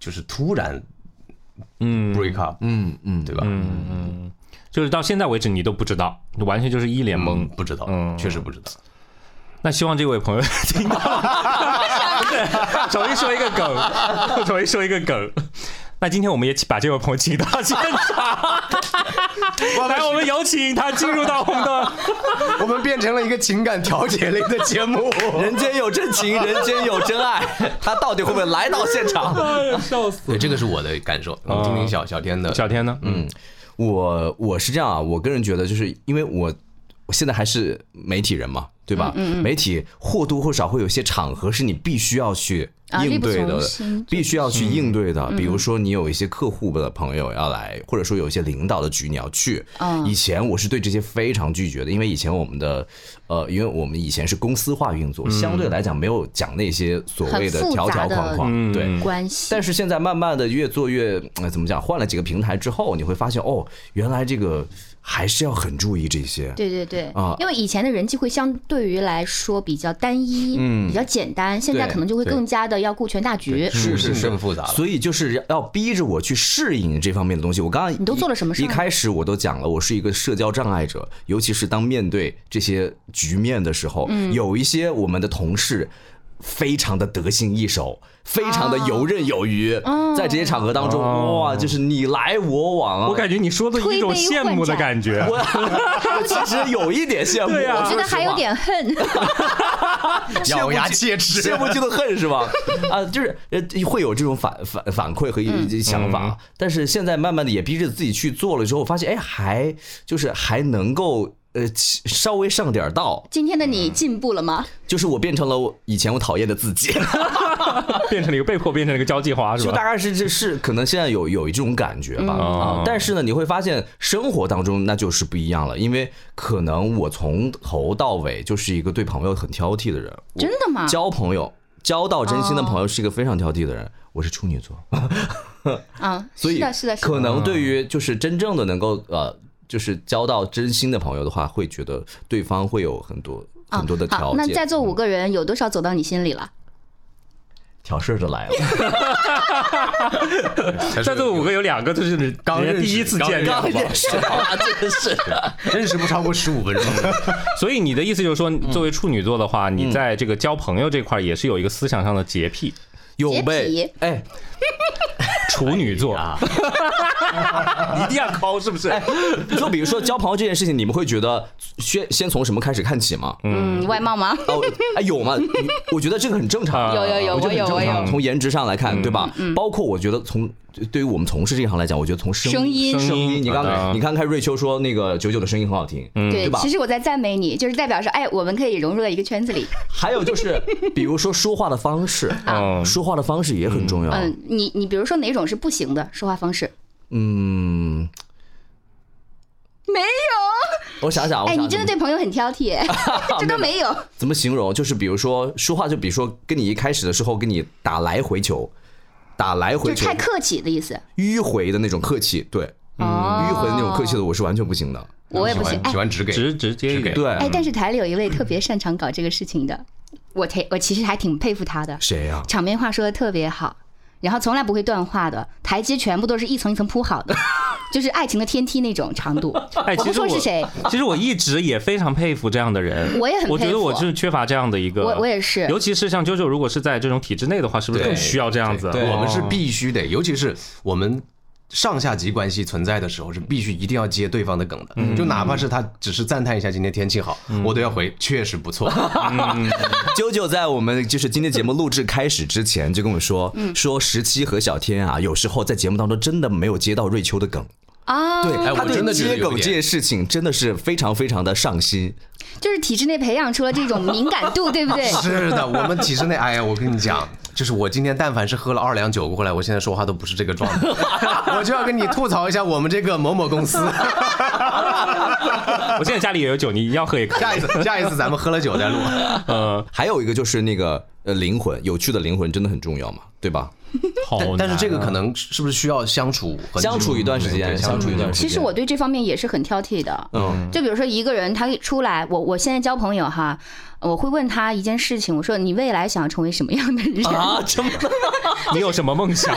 S1: 就是突然，嗯，break up，
S3: 嗯嗯，
S1: 对吧？
S2: 就是到现在为止你都不知道，完全就是一脸懵。
S1: 嗯，不知道，确实不知道。
S2: 那希望这位朋友 听到了，重新说一个梗，重新说一个梗。那今天我们也把这位朋友请到现场，来，我们有请他进入到我们 的
S1: 我们变成了一个情感调解类的节目。
S3: 人间有真情，人间有真爱，他到底会不会来到现场？
S2: 笑死。
S1: 对，这个是我的感受。我们听听小小天的，
S2: 小天呢？嗯，
S3: 我我是这样啊，我个人觉得，就是因为我我现在还是媒体人嘛，对吧？
S4: 嗯
S3: 媒体或多或少会有些场合是你必须要去
S4: 啊力
S3: 应
S4: 不
S3: 对
S4: 从
S3: 的，
S4: 心嗯
S3: 必须要去应对的。比如说你有一些客户的朋友要来，或者说有一些领导的局你要去。
S4: 嗯
S3: 以前我是对这些非常拒绝的，因为以前我们的呃，因为我们以前是公司化运作，相对来讲没有讲那些所谓的
S4: 很复
S3: 条
S4: 杂
S3: 条框
S4: 的
S3: 框，对。
S4: 关系，
S3: 嗯但是现在慢慢的越做越，呃，怎么讲？换了几个平台之后，你会发现哦，原来这个还是要很注意这些。
S4: 对对对
S3: 啊，
S4: 因为以前的人际会相对于来说比较单一，比较简单，现在
S3: 嗯对
S4: 可能就会更加的要顾全大局。
S1: 属性更复杂了。
S3: 所以就是要逼着我去适应这方面的东西。我刚刚
S4: 你都做了什么事儿啊
S3: 一开始我都讲了，我是一个社交障碍者，尤其是当面对这些局面的时候，
S4: 嗯
S3: 有一些我们的同事。非常的得心应手，非常
S4: 啊
S3: 的游刃有余，
S4: 哦
S3: 在这些场合当中，哇，就是你来我往啊！
S2: 哦我感觉你说的有一种羡慕的感觉。
S3: 我我其实有一点羡慕，
S2: 对啊
S4: 我觉得还有点恨，
S1: 咬牙切齿
S3: 羡慕嫉妒恨是吧？啊，就是呃会有这种反反反馈和一想法，但是现在慢慢的也逼着自己去做了之后，发现哎还就是还能够呃起稍微上点儿道，
S4: 今天的你进步了吗？
S3: 就是我变成了我以前我讨厌的自 己，
S2: 变成了一个被迫变成了一个交际花，是
S3: 就大
S2: 吧？
S3: 概是这是可能现在有有这种感觉吧、啊，但是呢你会发现生活当中那就是不一样了，因为可能我从头到尾就是一个对朋友很挑剔的人，嗯我
S4: 真的吗？
S3: 交朋友。交到真心
S4: 哦
S3: 的朋友是一个非常挑剔的人，我是处女座，
S4: 啊，
S3: 所以
S4: 是的，是的，是
S3: 可
S4: 的。
S3: 能对于就是真正的能够呃，就是交到真心的朋友的话，会觉得对方会有很多很多的
S4: 啊哦好
S3: 条，
S4: 那
S3: 件，
S4: 在座五个人有多少走到你心里了？
S3: 挑事儿的 来了。
S2: 在座五个有两个就是
S1: 刚
S2: 人
S1: 认识
S2: 家第一次
S1: 刚
S2: 见
S1: 认
S2: 面，好
S1: 识
S2: 不好
S3: 是啊，真的是
S1: 认识不超过十五分钟，
S2: 所以你的意思就是说，
S1: 嗯
S2: 作为处女座的话，你在这个交朋友这块儿也是有一个思想上的洁癖。
S3: 有
S4: 洁
S3: 呗
S4: 癖？
S3: 哎，
S2: 处女座，
S1: 哎
S2: 一定要抠是不是？
S3: 就比如说交朋友这件事情，你们会觉得先先从什么开始看起吗？
S4: 嗯，外貌吗？
S3: 哦，哎，有吗？我觉得这个很正常，
S4: 有有有
S3: 我觉得
S4: 我有
S3: 很正
S4: 我有
S3: 常。从颜值上来
S4: 嗯
S3: 看，对吧？包括我觉得从对于我们从事这一行来讲，我觉得从声
S4: 声音
S3: 声
S2: 声音
S3: 音，你
S2: 啊嗯
S3: 刚你刚开瑞秋说那个九九的声音很好听，
S4: 对
S3: 嗯对吧
S4: 其实我在赞美你，就是代表说，哎，我们可以融入到一个圈子里。
S3: 还有就是，比如说说话的方式， 啊
S2: 嗯
S3: 说话的方式也很重要。
S4: 嗯，你你比如说哪种是不行的说话方式？
S3: 嗯，
S4: 没有，
S3: 我想想，我
S4: 哎，
S3: 想啊
S4: 你真的
S3: 怎么
S4: 对朋友很挑 剔，哎这都没有。
S3: 怎么形容？就是比如说说话，就比如说跟你一开始的时候跟你打来回球，打来
S4: 就
S3: 回
S4: 是
S3: 球
S4: 太，客气的意思。
S3: 迂回的那种客气，对，嗯
S4: 哦
S3: 迂回的那种客气的我是完全不行的。
S4: 我也不
S1: 喜
S4: 行。
S1: 欢
S4: 哎
S1: 喜欢直给，
S2: 直直接一点。
S3: 对，
S4: 哎，但是台里有一位特别擅长搞这个事情的，我挺我其实还挺佩服他的，
S3: 谁呀？
S4: 场面话说的特别好，然后从来不会断话的，台阶全部都是一层一层铺好 的，就是爱情的天梯那种长度。
S2: 哎，
S4: 我
S2: 其
S4: 不
S2: 实
S4: 说
S2: 我
S4: 是谁，
S2: 其实我一直也非常佩服这样的人，
S4: 我也很
S2: 我觉
S4: 佩
S2: 得
S4: 服
S2: 我就是缺乏这样的一个，
S4: 我我也是
S2: 尤其是像 JoJo，如果是在这种体制内的话，是不是
S1: 对
S2: 更需要这样子？
S1: 对我们是
S2: 哦
S1: 必须得，尤其是我们。上下级关系存在的时候，是必须一定要接对方的梗的，就哪怕是他只是赞叹一下今天天气好，我都要回，确实不错。
S3: 九九在我们就是今天节目录制开始之前就跟我说，说十七和小天啊，有时候在节目当中真的没有接到瑞秋的梗，
S4: 啊，
S3: 对，
S1: 哎
S3: 他
S1: 我真
S3: 对
S1: 的觉得
S3: 接
S1: 有
S3: 梗
S1: 一
S3: 这
S1: 点
S3: 件事情真的是非常非常的上心。
S4: 就是体制内培养出了这种敏感度，对不对？
S1: 是的，我们体制内，哎呀，我跟你讲，就是我今天但凡是喝了二两酒过来，我现在说话都不是这个状态，我就要跟你吐槽一下我们这个某某公司。
S2: 我现在家里也有酒，你要喝也可以。
S1: 下一次，下一次咱们喝了酒再录。
S2: 呃，
S3: 还有一个就是那个呃灵魂，有趣的灵魂真的很重要嘛，对吧？
S2: 好难啊
S1: 但但是这个可能是是不是需要相处很久
S3: 相处一段时
S1: 对
S3: 间，
S1: 对
S3: 相处一段时
S4: 其
S3: 间。
S4: 实我对这方面也是很挑剔的，
S3: 嗯，
S4: 就比如说一个人他一出来，我我现在交朋友哈，我会问他一件事情，我说你未来想要成为什么样的人？
S3: 啊，这么
S2: 你有什么梦 想？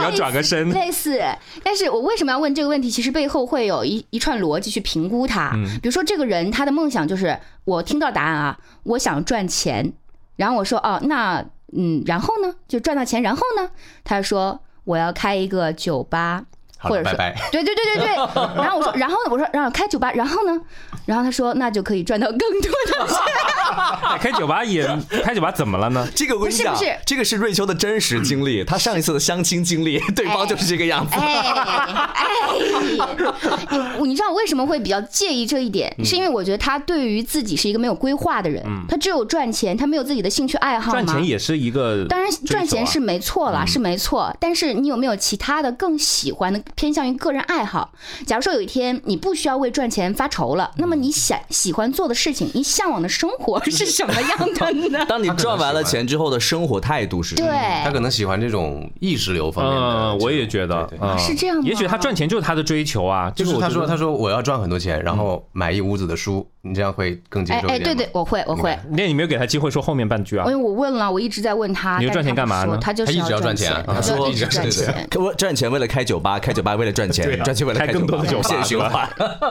S2: 要转个身。
S4: 类似，但是我为什么要问这个问题？其实背后会有一一串逻辑去评估他。
S1: 嗯
S4: 比如说，这个人他的梦想就是，我听到答案啊，我想赚钱，然后我说哦，那嗯，然后呢，就赚到钱，然后呢，他说我要开一个酒吧，
S1: 好
S4: 嗯或
S1: 了，
S4: 者哎
S1: 拜
S4: 说
S1: 拜。
S4: 对对对对对。然后我说，然后我说，然后开酒吧，然后呢，然后他说那就可以赚到更多的钱。
S2: 哎开酒吧 也开酒吧怎么了呢？
S3: 这个我跟你讲
S4: 不是不是，
S3: 这个是瑞秋的真实经历，她上一次的相亲经历，对方就是这个样子。？
S4: 哎哎，你你知道为什么会比较介意这一点？
S2: 嗯
S4: 是因为我觉得他对于自己是一个没有规划的人，他只有赚钱，他没有自己的兴趣爱好
S2: 赚
S4: 吗
S2: 钱？也是一个追求啊，嗯
S4: 当然，赚钱是没错啦，是没错。但是你有没有其他的更喜欢的，偏向于个人爱好？假如说有一天你不需要为赚钱发愁
S2: 嗯
S4: 了，那么你想喜欢做的事情，你向往的生活是什么 样的呢
S3: 当你赚完了钱之后的生活态度是什
S4: 对
S3: 么？，
S1: 他可能喜欢这种意识流方面的
S2: 嗯，
S1: 这
S2: 我
S1: 种
S2: 也觉得
S1: 对对
S2: 嗯
S4: 啊是这样吗
S2: 也许他赚钱就是他的追求啊，
S1: 就是
S2: 这个我
S1: 他
S2: 觉
S1: 说
S2: 得
S1: 他说我嗯要赚很多钱，然后买一屋子的书，你这样会更接
S4: 哎
S1: 受一点
S4: 哎，
S1: 吗。
S4: 对对，我会我会。
S2: 那你没有给他机会说后面半句啊
S4: 哦因？为我问了，我一直在问他，
S2: 你就
S4: 但是
S2: 赚钱
S4: 他
S2: 干
S4: 不
S2: 嘛
S4: 说
S2: 呢
S4: 他就
S1: 他
S4: 是
S1: 一
S4: 要
S1: 直要赚
S4: 赚
S1: 钱啊
S4: 他
S1: 他
S4: 说
S1: 说
S4: 一直
S1: 一直要
S4: 赚
S1: 赚
S4: 钱，
S3: 可我赚钱为了开酒吧，开酒吧为了赚
S2: 对
S3: 钱，
S2: 啊
S3: 赚钱为了
S2: 开更
S3: 酒
S2: 多
S3: 吧，
S2: 的酒吧
S3: 无限循环。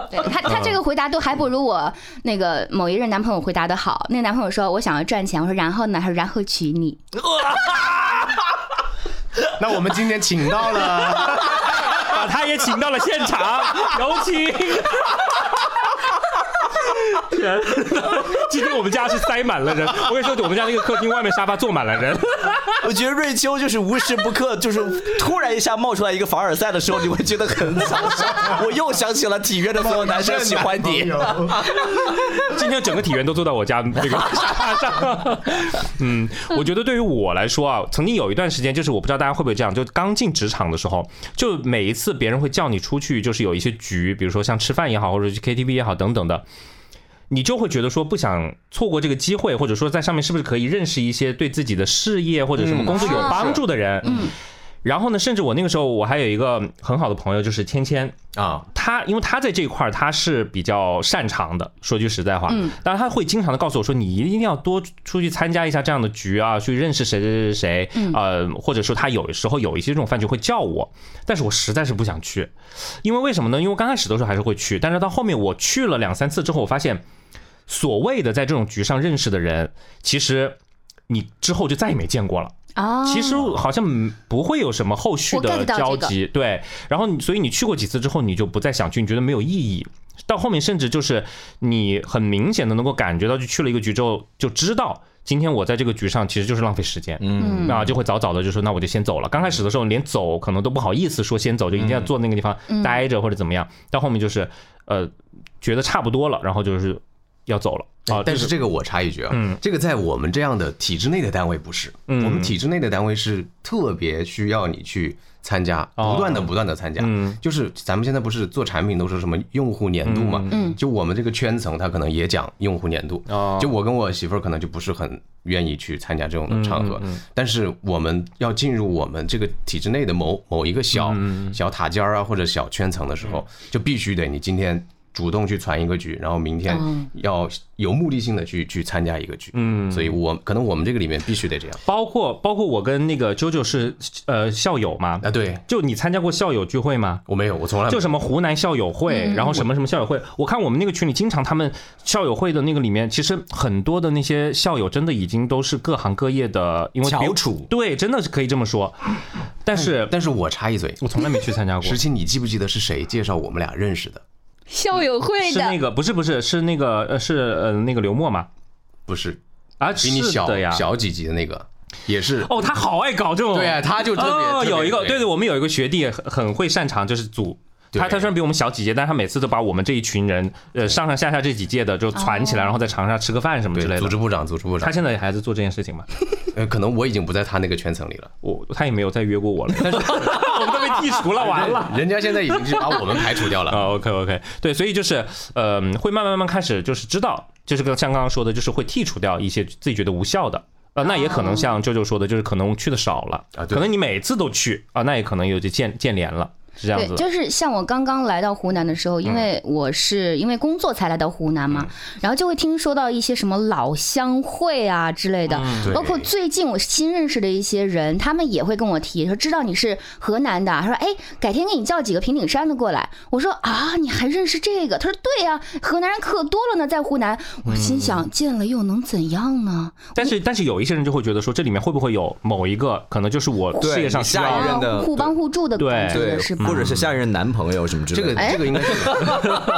S4: 对他，他这个回答都还不如我那个某一任男朋友回答的好。那个男朋友说我想要赚钱，我说然后呢？他说然后娶你。
S1: 那我们今天请到 了，
S2: 把他也请到了现场，有请。 人，今天我们家是塞满了人。我跟你说，我们家那个客厅外面沙发坐满了人。
S3: 我觉得瑞秋就是无时不刻就是突然一下冒出来一个凡尔赛的时候，你会觉得很享受。我又想起了体院的所有男生喜欢 你。
S2: 今天整个体员都坐到我家那个 沙发上。嗯，我觉得对于我来说啊，曾经有一段时间，就是我不知道大家会不会这样，就刚进职场的时候，就每一次别人会叫你出去，就是有一些局，比如说像吃饭也好，或者去 KTV 也好等等的。你就会觉得说不想错过这个机会，或者说在上面是不是可以认识一些对自己的事业或者什么工作有帮助的人？嗯，然后呢，甚至我那个时候我还有一个很好的朋友，就是芊芊，
S1: 啊，
S2: 他因为他在这一块儿他是比较擅长的，说句实在话，嗯，但是他会经常的告诉我说，你一定要多出去参加一下这样的局啊，去认识谁谁谁谁，呃，或者说他有时候有一些这种饭局会叫我，但是我实在是不想去，因为为什么呢？因为刚开始的时候还是会去，但是到后面我去了两三次之后，我发现所谓的在这种局上认识的人，其实你之后就再也没见过了。
S4: 哦，
S2: 其实好像不会有什么后续
S4: 我
S2: 的
S4: get 到这
S2: 交
S4: 个
S2: 集，对。然后你，所以你去过几次之后，你就不再想去，你觉得没有意义。到后面甚至就是你很明显的能够感觉到，就去了一个局之后，就知道今天我在这个局上其实就是浪费时间，嗯，那就会早早的就说那我就先走了。刚开始的时候连走可能都不好意思说先走，就一定要坐那个地方
S4: 嗯
S2: 待着或者怎么样。到后面就是呃觉得差不多了，然后就是要走了啊。
S1: 但
S2: 就是嗯
S1: 这个我插一句啊，这个在我们这样的体制内的单位不是，我们体制内的单位是特别需要你去参加，
S2: 哦嗯
S1: 不断的不断的参加，就是咱们现在不是做产品都说什么用户粘度嘛，
S2: 嗯
S1: 就我们这个圈层，他可能也讲用户粘度，
S2: 哦
S1: 就我跟我媳妇儿可能就不是很愿意去参加这种的场合，
S2: 嗯
S1: 但是我们要进入我们这个体制内的某某一个小
S2: 嗯
S1: 小塔尖儿啊或者小圈层的时候，就必须得你今天。主动去传一个局，然后明天要有目的性的去去参加一个局，嗯，所以我可能我们这个里面必须得这样
S2: 包括包括我跟那个 JoJo 是呃校友嘛，
S1: 啊，对
S2: 就你参加过校友聚会吗？
S1: 我没有，我从来没
S2: 就
S1: 有
S2: 什么湖南校友会，然后什么什么校友会，我看我们那个群里经常他们校友会的那个里面，其实很多的那些校友真的已经都是各行各业的，因为
S3: 翘
S2: 比
S3: 楚
S2: 对，真的是可以这么说。但是
S1: 但是我插一嘴，
S2: 我从来没去参 加过，
S1: 石青，你记不记得是谁介绍我们俩认识的？
S4: 校友会
S2: 是那
S4: 的，
S2: 个不是不是是那个呃是呃那个刘默嘛，
S1: 不是，
S2: 啊
S1: 比你
S2: 是
S1: 小
S2: 的呀，
S1: 小几级的那个，也是
S2: 哦他好爱搞这种
S1: 对啊，他就特别
S2: 哦
S1: 特别
S2: 有一个
S1: 对
S2: 对对，我们有一个学弟很很会擅长就是组
S1: 对
S2: 他他虽然比我们小几届，但是他每次都把我们这一群人，呃，上上下下这几届的就攒起来，然后在场上吃个饭什么之
S1: 对，
S2: 类
S1: 组织
S2: 的。
S1: 部长，组织部
S2: 他
S1: 长，
S2: 现在还在做这件事情吗？
S1: 呃，可能我已经不在他那个圈层里了，
S2: 我他也没有再约过我了， 但是我们都被剔除了，完了。
S1: 人家现在已经是把我们排除掉了。
S2: 啊、o k OK，对，所以就是，呃，会慢慢慢慢开始就是知道，就是跟像刚刚说的，就是会剔除掉一些自己觉得无效的。呃，那也可能像舅舅说的，就是可能去的少了，
S1: 啊对
S2: 可能你每次都去啊，那也可能有就见见连了，是这样
S4: 对，
S2: 子的。嗯
S4: 就是像我刚刚来到湖南的时候，因为我是因为工作才来到湖南嘛，然后就会听说到一些什么老乡会啊之类的，
S2: 嗯
S1: 对
S4: 包括最近我新认识的一些人，他们也会跟我提说，知道你是河南的啊，说哎，改天给你叫几个平顶山的过来。我说啊，你还认识这个？他说对呀、啊河南人可多了呢，在湖南。我心
S2: 嗯
S4: 想，见了又能怎样呢？
S2: 但是但是有一些人就会觉得说，这里面会不会有某一个可能就是我
S3: 对
S2: 事业上
S3: 你
S2: 需
S3: 下
S2: 要
S3: 一
S2: 的
S3: 任的
S4: 啊互帮互助的
S2: 对
S4: 感
S3: 对
S4: 觉是，吧？
S3: 或者是下一任男朋友什么之
S1: 这
S3: 类
S1: 个
S3: 的。
S4: 哎
S1: 这个应该是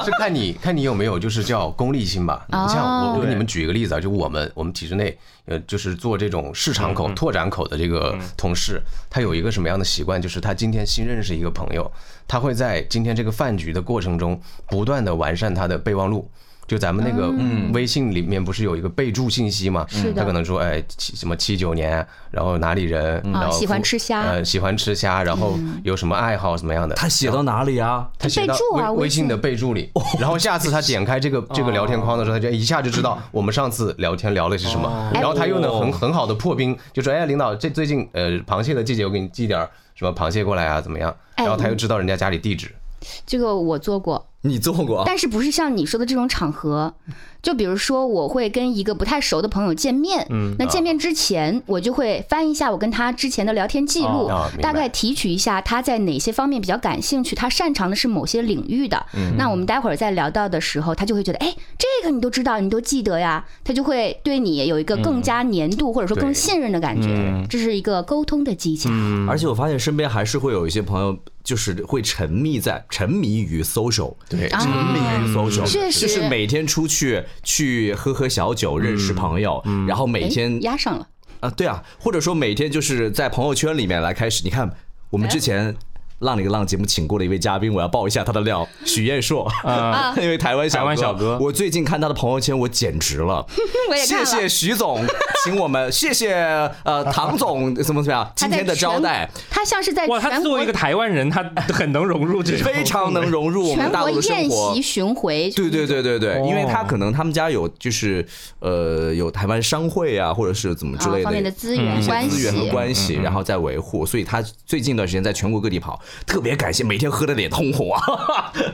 S1: 是看你看你有没有就是叫功利心吧。你
S4: 哦
S1: 像我，我给
S2: 对
S1: 你们举一个例子啊，就我们我们体制内呃，就是做这种市场口、拓展口的这个同事，他有一个什么样的习惯？就是他今天新认识一个朋友，他会在今天这个饭局的过程中不断的完善他的备忘录。就咱们那个微信里面不是有一个备注信息嘛？
S4: 哦是的
S1: 他可能说，哎，七什么七九年，然后哪里人，然后
S4: 嗯啊喜欢
S1: 父
S4: 吃虾嗯
S1: 呃，喜欢吃虾，然后有什么爱好什么样的？
S3: 他写到哪里啊？
S1: 他写
S4: 备
S1: 到
S4: 注
S1: 微
S4: 啊微
S1: 微信
S4: 信
S1: 的备注里，
S2: 哦
S1: 然后下次他点开这个这个聊天框的时候，他就一下就知道我们上
S2: 哦
S1: 次聊天聊了些什么，然后他又能很很好的破冰，就说哎，领导，这最近呃螃蟹的季节，我给你寄点儿什么螃蟹过来啊，怎么样？
S4: 哎
S1: 然后他又知道人家家里地址，
S4: 这个我做过，
S3: 你做过？
S4: 但是不是像你说的这种场合？就比如说，我会跟一个不太熟的朋友见面，那见面之前，我就会翻一下我跟他之前的聊天记录，
S1: 哦哦明白
S4: 大概提取一下他在哪些方面比较感兴趣，他擅长的是某些领域的。那我们待会儿再聊到的时候，他就会觉得，哎，这个你都知道，你都记得呀，他就会对你有一个更加粘度、或者说更信任的感觉。这是一个沟通的技巧。
S3: 而且我发现身边还是会有一些朋友，就是会沉迷在沉迷于 social，
S1: 对
S3: 沉迷于 social，
S4: 确实
S3: 就是每天出去去喝喝小酒，认识朋友，然后每
S4: 哎
S3: 天
S4: 压上了，
S3: 啊，对啊，或者说每天就是在朋友圈里面来开始。你看，我
S4: 哎
S3: 们之前。浪里个浪节目请过的一位嘉宾，我要爆一下他的料，许彦硕，啊， 因为台湾小
S2: 台湾小哥
S3: 我最近看他的朋友圈，我简直了，
S4: 嗯我也看
S3: 谢
S4: 了
S3: 谢徐总，请我们，谢谢呃唐总，怎么怎么样，
S4: 他
S3: 今天
S4: 在
S3: 的招
S4: 全
S3: 待，
S4: 他像是在
S2: 哇，他
S4: 全
S2: 作
S4: 国
S2: 为一个台湾人，他很能融入这种，
S3: 非常能融入我
S4: 全
S3: 们大
S4: 国
S3: 陆的
S4: 宴
S3: 生活
S4: 席。巡回，
S3: 对对对对对，
S2: 哦
S3: 因为他可能他们家有就是呃有台湾商会啊，或者是怎么之
S4: 啊
S3: 类
S4: 方面的
S3: 的。
S4: 资源
S3: 一些
S4: 关
S3: 资
S4: 系
S3: 源。和嗯关系，嗯然后再维护，所以他最近一段时间在全国各地跑，特别感谢每天喝的脸通红啊，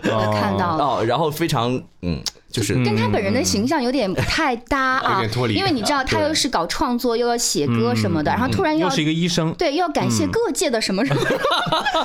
S4: 我看到 了。
S3: 哦，然后非常嗯，就是
S4: 跟他本人的形象有点不太搭
S1: 有
S4: 啊
S1: 点脱，离
S4: 因为你知道他又是搞创作，又要写歌什么的，然后突然又
S2: 又
S4: 要
S2: 是一个医生，
S4: 对又要感谢各界的什么什 么，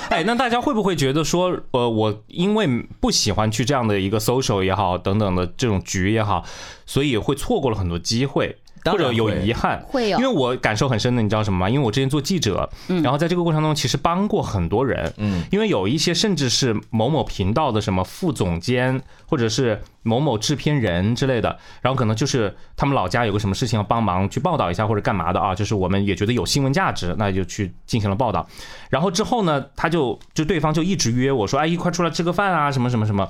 S2: 哎，那大家会不会觉得说，呃，我因为不喜欢去这样的一个 social 也好，等等的这种局也好，所以会错过了很多机会，
S3: 当
S2: 或
S3: 然
S2: 者有
S3: 会
S2: 遗憾？
S4: 会有嗯
S2: 因为我感受很深的，你知道什么吗？因为我之前做记者，然后在这个过程中其实帮过很多人，嗯，因为有一些甚至是某某频道的什么副总监，或者是某某制片人之类的，然后可能就是他们老家有个什么事情要帮忙去报道一下或者干嘛的啊，就是我们也觉得有新闻价值，那就去进行了报道。然后之后呢，他就就对方就一直约我说，哎，一块出来吃个饭啊，什么什么什么。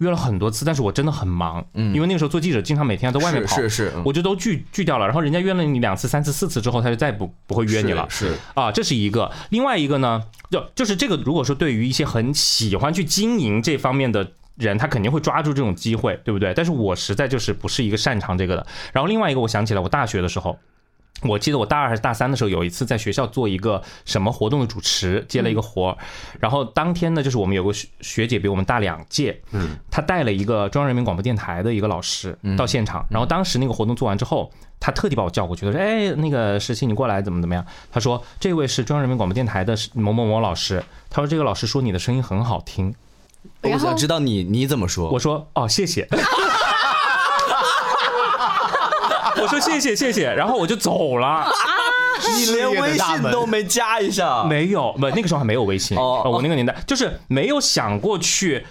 S2: 约了很多次，但是我真的很忙，嗯，因为那个时候做记者，经常每天在外面
S3: 是
S2: 跑，
S3: 是是，嗯
S2: 我就都拒拒掉了。然后人家约了你两次、三次、四次之后，他就再也不不会约你了。
S3: 是是
S2: 啊，这是一个。另外一个呢，就就是这个，如果说对于一些很喜欢去经营这方面的。人他肯定会抓住这种机会，对不对？但是我实在就是不是一个擅长这个的。然后另外一个，我想起来，我大学的时候，我记得我大二还是大三的时候，有一次在学校做一个什么活动的主持，接了一个活儿。然后当天呢，就是我们有个学学姐比我们大两届，嗯，她带了一个中央人民广播电台的一个老师到现场。然后当时那个活动做完之后，她特地把我叫过去，她说：“哎，那个石青，你过来怎么怎么样？”她说：“这位是中央人民广播电台的某某某老师。”她说：“这个老师说你的声音很好听。”
S3: 我
S4: 然后
S3: 想知道你你怎么说，
S2: 我说哦，谢谢。我说谢谢谢谢，然后我就走了。
S3: 你连微信都没加一下，
S2: 没有，啊不，那个时候还没有微信。
S3: 哦
S2: 呃我那个年代就是没有想过去，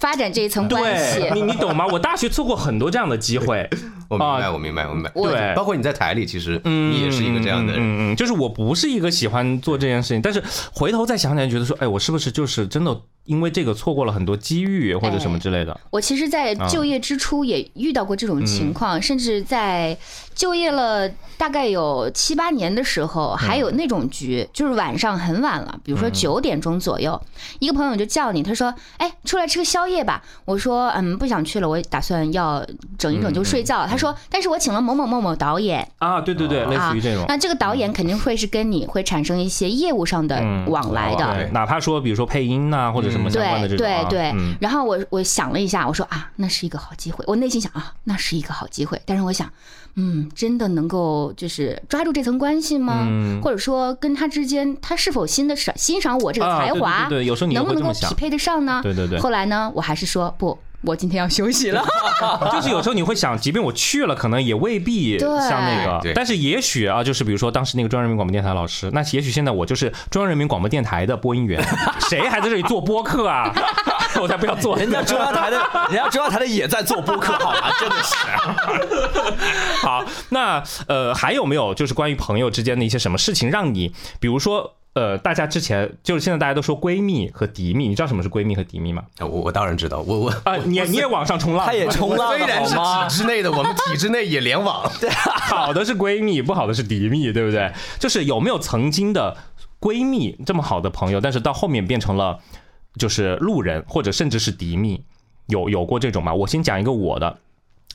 S4: 发展这一层关
S2: 对你
S4: 系。
S2: 你懂吗？我大学错过很多这样的机会。
S1: 我明白，
S2: 啊
S1: 我明白，我明白。
S4: 我
S2: 对
S1: 包括你在台里，其实你 也是一个这样的人。
S2: 嗯嗯嗯嗯，就是我不是一个喜欢做这件事情，但是回头再想想，觉得说，哎，我是不是就是真的因为这个错过了很多机遇或者什么之类的。
S4: 我其实，在
S2: 啊
S4: 就业之初也遇到过这种
S2: 嗯
S4: 情况，甚至在就业了大概有七八年的时候，
S2: 嗯
S4: 还有那种局，就是晚上很晚了，比如说九点钟左右，一个朋友就叫你，他说：“哎，出来吃个宵夜吧。”我说：“嗯，不想去了，我打算要整一整
S2: 嗯
S4: 就睡觉。”他说：“但是我请了某某某某导演，
S2: 啊，对对对，类似于这种。
S4: 那这个导演肯定会是跟你会产生一些业务上的
S2: 嗯
S4: 往来的。
S2: 对，哪怕说比如说配音呐、或者什么相关的这
S4: 对
S2: 种、啊
S4: 对对
S2: 嗯，
S4: 然后我我想了一下，我说啊，那是一个好机会。我内心想啊，那是一个好机会。但是我想，嗯，真的能够就是抓住这层关系吗？
S2: 嗯
S4: 或者说跟他之间，他是否欣的赏欣赏我这个
S2: 啊
S4: 才华，
S2: 对对对对有时候你
S4: 能
S2: 也
S4: 不
S2: 会这
S4: 能够
S2: 么想
S4: 匹配得上呢？
S2: 对对对
S4: 后来呢，我还是说不，我今天要休息了。
S2: 就是有时候你会想，即便我去了，可能也未必
S4: 对
S2: 像那个
S1: 对，
S2: 但是也许啊，就是比如说当时那个中央人民广播电台老师，那也许现在我就是中央人民广播电台的播音员，谁还在这里做播客啊？ 我才不要做呢。
S3: 人家中央台的，人家中央台的也在做播客，好吗？真的 是。
S2: 啊好，那呃，还有没有就是关于朋友之间的一些什么事情，让你比如说呃，大家之前就是现在大家都说闺蜜和敌蜜，你知道什么是闺蜜和敌蜜吗？
S1: 嗯我我当然知道，我 我
S2: 啊、你也你也网上冲浪，
S3: 他也冲浪
S1: 虽然
S3: 的
S1: 是
S3: 好吗？
S1: 体制内的， 我们体制内也联网。
S2: 好的是闺蜜，不好的是敌蜜，对不对？就是有没有曾经的闺蜜这么好的朋友，但是到后面变成了就是路人，或者甚至是敌蜜，有有过这种吗？我先讲一个我的，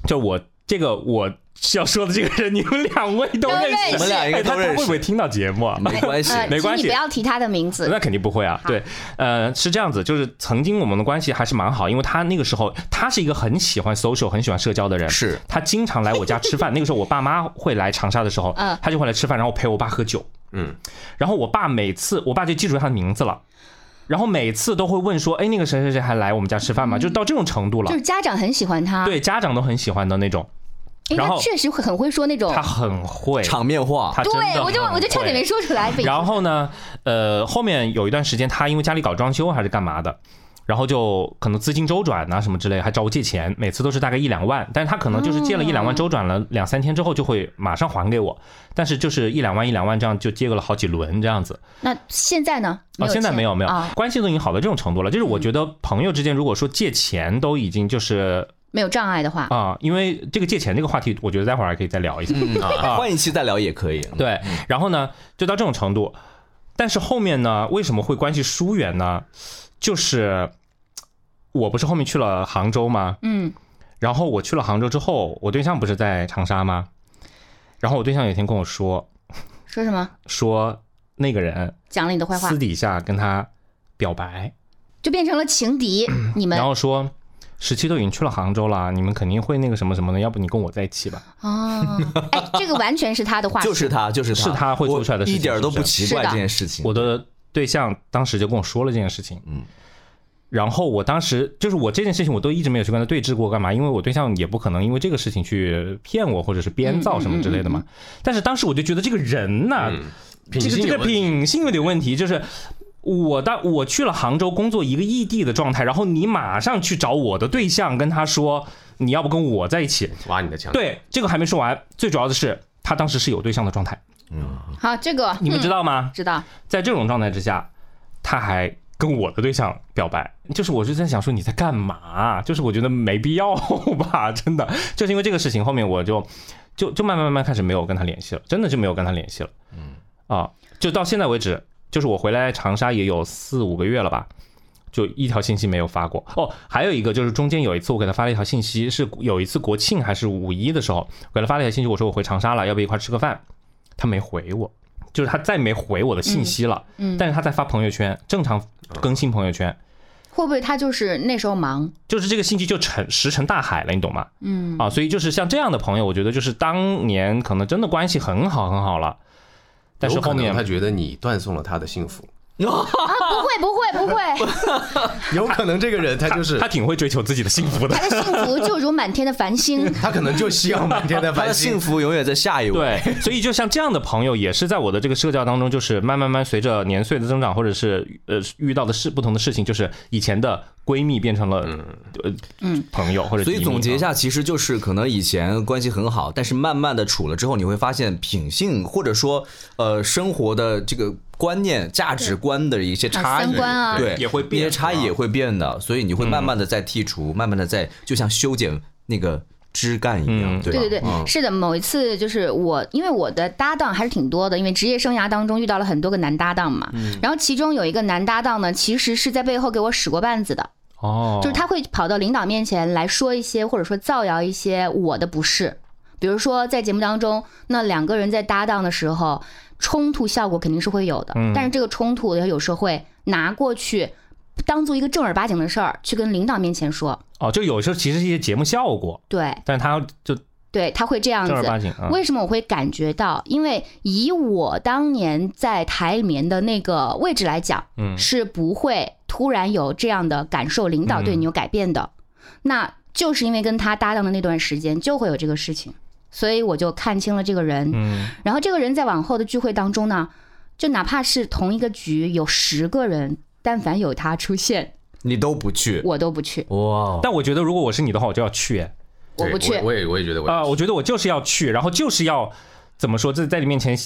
S2: 就我这个我要说的这个人，你们两位都
S4: 都
S2: 认
S4: 认
S2: 识，
S4: 识我们
S3: 俩应该
S2: 哎他
S3: 都认识
S2: 他会不会听到节目啊？
S3: 没关系，
S4: 呃，
S2: 没
S4: 请
S2: 关
S4: 你
S2: 系
S4: 不要提他的名字
S2: 那。肯定不会啊，
S4: 好
S2: 对，呃，是这样子，就是曾经我们的关系还是蛮好，因为他那个时候他是一个很喜欢 social、很喜欢社交的人，
S3: 是
S2: 他经常来我家吃饭。 那个时候我爸妈会来长沙的时候
S4: 嗯，
S2: 他就会来吃饭，然后陪我爸喝酒，
S1: 嗯，
S2: 然后我爸每次我爸就记住他的名字了，然后每次都会问说，哎，那个谁谁谁还来我们家吃饭吗？就到这种程度了
S4: 嗯就是，家长很喜欢他，
S2: 对，家长都很喜欢的那种，
S4: 因为
S2: 然
S4: 他
S2: 后
S4: 确实很会说那种
S2: 他，很会，
S3: 场面话。
S2: 他真的
S4: 哦对我就
S2: 很
S4: 我就差点
S2: 会
S4: 没说出来。被
S2: 然后呢，呃，后面有一段时间，他因为家里搞装修还是干嘛的，然后就可能资金周转啊什么之类，还找我借钱，每次都是大概一两万，但是他可能就是借了一两万，周转了两三天之后就会马上还给我，但是就是一两万一两万这样就借了好几轮这样子。
S4: 那现在呢？
S2: 哦，现在
S4: 钱
S2: 没有没有
S4: 啊，，
S2: 关系都已经好到这种程度了，就是我觉得朋友之间如果说借钱都已经就是
S4: 没有障碍的话，
S2: 啊，因为这个借钱这个话题，我觉得待会儿还可以再聊一下。
S3: 嗯啊，换一期再聊也可以。
S2: 对，然后呢，就到这种程度。但是后面呢，为什么会关系疏远呢？就是我不是后面去了杭州吗？
S4: 嗯，
S2: 然后我去了杭州之后，我对象不是在长沙吗？然后我对象有一天跟我说，
S4: 说什么？
S2: 说那个人
S4: 讲了你的坏话
S2: 私，底下跟他表白，
S4: 就变成了情敌。你们
S2: 然后说十七都已经去了杭州了，你们肯定会那个什么什么的，要不你跟我在一起吧？
S4: 哦，哎，这个完全是他的话术，
S3: 就是他，就是
S2: 是他会做出来的
S3: 我
S2: 事情
S3: 一点儿都
S2: 是
S3: 不
S2: 不
S3: 奇
S4: 是
S3: 怪
S4: 的
S3: 这件事情。
S2: 我的对象当时就跟我说了这件事情，
S3: 嗯，
S2: 然后我当时就是我这件事情我都一直没有去跟他对峙过，干嘛？因为我对象也不可能因为这个事情去骗我或者是编造什么之类的嘛。但是当时我就觉得这个人呐、
S1: 嗯品
S2: 这个
S1: 性
S2: 这
S1: 有
S2: 个
S1: 问题
S2: 品性有点问题，就是。我当我去了杭州工作一个异地的状态，然后你马上去找我的对象，跟他说你要不跟我在一起？
S1: 挖你的墙。，
S2: 对，这个还没说完，最主要的是他当时是有对象的状态，
S4: 好，这个
S2: 你们知
S4: 道
S2: 道吗？
S4: 知道，
S2: 在这种状态之下，他还跟我的对象表白，就是我就在想说你在干嘛？就是我觉得没必要吧， 真的，就是因为这个事情，后面我就就就慢慢慢慢开始没有跟他联系了，真的就没有跟他联系了，嗯啊，就到现在为止，就是我回来长沙也有四五个月了吧。就一条信息没有发过哦，还有一个就是中间有一次我给他发了一条信息，是有一次国庆还是五一的时候，我给他发了一条信息，我说我回长沙了，要不要一块儿吃个饭？他没回我，就是他再没回我的信息了。
S4: 嗯，
S2: 但是他在发朋友圈，正常更新朋友圈，
S4: 会不会他就是那时候忙？
S2: 就是这个信息就沉石沉大海了，你懂吗？
S4: 嗯，
S2: 啊，所以就是像这样的朋友，我觉得就是当年可能真的关系很好很好了，但是后
S1: 他
S2: 面
S1: 觉得你断送了他的幸 福，
S4: 不会不会不会，
S1: 有可能这个人他就是
S2: 他挺会追求自己的幸 福的。
S4: 他的幸福就如满天的繁星。
S1: 他可能就希望满天的
S3: 他
S1: 繁
S3: 的幸
S1: 星。
S3: 福永远在下一位。
S2: 对，所以就像这样的朋友，也是在我的这个社交当中，就是慢慢慢随着年岁的增长，或者是呃遇到的事不同的事情，就是以前的闺蜜变成了呃
S4: 嗯
S2: 朋友或者
S3: 所以
S2: 敌蜜
S3: 总结一
S2: 啊
S3: 下，其实就是可能以前关系很好，但是慢慢的处了之后，你会发现品性或者说呃生活的这个观念、价值观的一些差异，
S4: 三观啊
S3: 对，
S2: 也会变嗯
S3: 一些差异也会变的，所以你会慢慢的在剔除，慢慢的在就像修剪那个枝干一样，
S2: 嗯
S3: 对吧？
S4: 对对对，
S3: 嗯
S4: 是的，某一次就是我，因为我的搭档还是挺多的，因为职业生涯当中遇到了很多个男搭档嘛。然后其中有一个男搭档呢，其实是在背后给我使过绊子的，
S2: 哦，
S4: 就是他会跑到领导面前来说一些，或者说造谣一些我的不是。比如说在节目当中，那两个人在搭档的时候，冲突效果肯定是会有的，
S2: 嗯
S4: 但是这个冲突有时候会拿过去。当做一个正儿八经的事儿去跟领导面前说，
S2: 哦，就有时候其实是一些节目效果，
S4: 对
S2: 但他就
S4: 对，他会这样子。
S2: 正儿八经啊，
S4: 为什么我会感觉到？因为以我当年在台里面的那个位置来讲，
S2: 嗯
S4: 是不会突然有这样的感受，领导对你有改变的。
S2: 嗯
S4: 那就是因为跟他搭档的那段时间，就会有这个事情，所以我就看清了这个人。
S2: 嗯
S4: 然后这个人在往后的聚会当中呢，就哪怕是同一个局有十个人，但凡有他出现，
S3: 你都不去，哦
S4: 我都不去，
S1: 哇，
S2: 但我觉得如果我是你的话，我就要去哎
S4: 我不去
S1: 对。我也我也觉得我
S2: 啊，我觉得我就是要去，然后就是要怎么说，在在你面前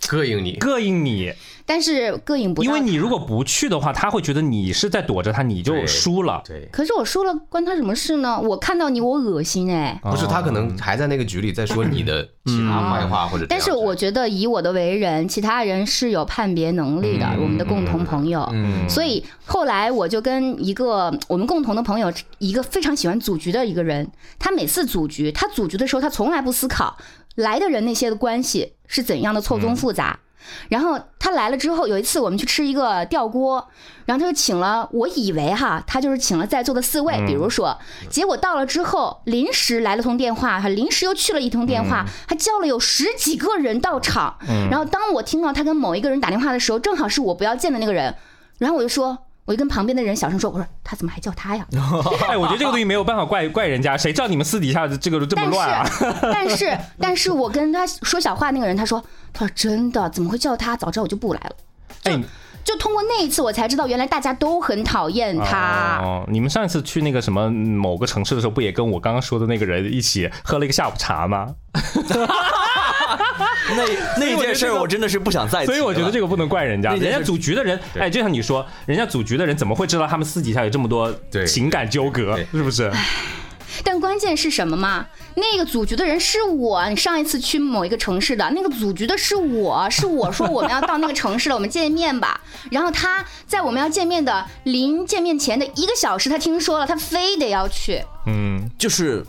S1: 膈应你，
S2: 膈应你，
S4: 但是膈应不到
S2: 因
S4: 他，
S2: 为你如果不去的话，他会觉得你是在躲着他，你就
S1: 对
S2: 输了。
S1: 对，
S4: 可是我输了，关他什么事呢？我看到你，我恶心哎。
S1: 不是他可能还在那个局里在说你的其他坏话或者这样子，
S4: 嗯但是我觉得以我的为人，其他人是有判别能力的，我们的共同朋友。
S3: 嗯
S4: 所以后来我就跟一个我们共同的朋友，一个非常喜欢组局的一个人，他每次组局，他组局的时候，他从来不思考来的人那些的关系是怎样的错综复杂。然后他来了之后，有一次我们去吃一个吊锅，然后他就请了，我以为哈，他就是请了在座的四位，比如说，
S2: 嗯
S4: 结果到了之后，临时来了通电话，还临时又去了一通电
S2: 嗯
S4: 话，还叫了有十几个人到场。然后当我听到他跟某一个人打电话的时候，正好是我不要见的那个人，然后我就说，我就跟旁边的人小声说，我说他怎么还叫他 呀？
S2: 哎，我觉得这个东西没有办法怪怪人家，谁叫你们私底下这个这么
S4: 但是
S2: 乱啊？
S4: 但是，但是我跟他说小话那个人，他说，他说真的，怎么会叫他？早知道我就不来了。
S2: 哎，
S4: 就通过那一次，我才知道原来大家都很讨厌他。
S2: 哦，你们上一次去那个什么嗯某个城市的时候，不也跟我刚刚说的那个人一起喝了一个下午茶吗？
S3: 那那件事儿我真的是不想再提了，
S2: 所以我觉得这个不能怪人家，
S3: 那件
S2: 人
S3: 事
S2: 家组局的人，哎，就像你说，人家组局的人怎么会知道他们私底下有这么多
S1: 对
S2: 情感纠葛
S1: 对对，
S2: 是不是？
S4: 但关键是什么嘛？那个组局的人是我，你上一次去某一个城市的那个组局的是我，是我说我们要到那个城市了，我们见面吧。 然后他在我们要见面的临见面前的一个小时，他听说了，他非得要去，
S2: 嗯，
S3: 就是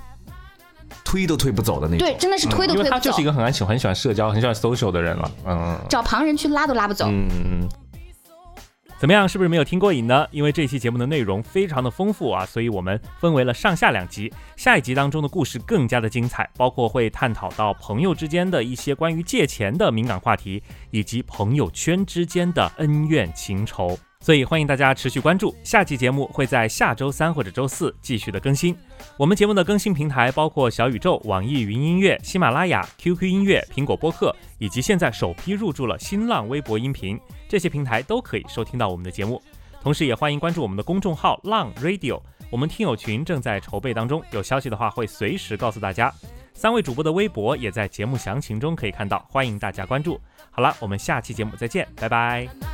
S3: 推都推不走的那种。
S4: 对，真的是推都
S2: 嗯因
S4: 推
S2: 为
S4: 不
S2: 他就
S4: 走
S2: 是一，个很爱喜欢很喜欢社交、很喜欢 social 的人了，嗯。
S4: 找旁人去拉都拉不走。
S2: 嗯，
S5: 怎么样，是不是没有听过瘾呢？因为这期节目的内容非常的丰富啊，所以我们分为了上下两集。下一集当中的故事更加的精彩，包括会探讨到朋友之间的一些关于借钱的敏感话题，以及朋友圈之间的恩怨情仇。所以欢迎大家持续关注，下期节目会在下周三或者周四继续的更新。我们节目的更新平台包括小宇宙、网易云音乐、喜马拉雅、QQ 音乐、苹果播客，以及现在首批入驻了新浪微博音频，这些平台都可以收听到我们的节目。同时，也欢迎关注我们的公众号“浪 Radio”，我们听友群正在筹备当中，有消息的话会随时告诉大家。三位主播的微博也在节目详情中可以看到，欢迎大家关注。好了，我们下期节目再见，拜拜。
S6: I'm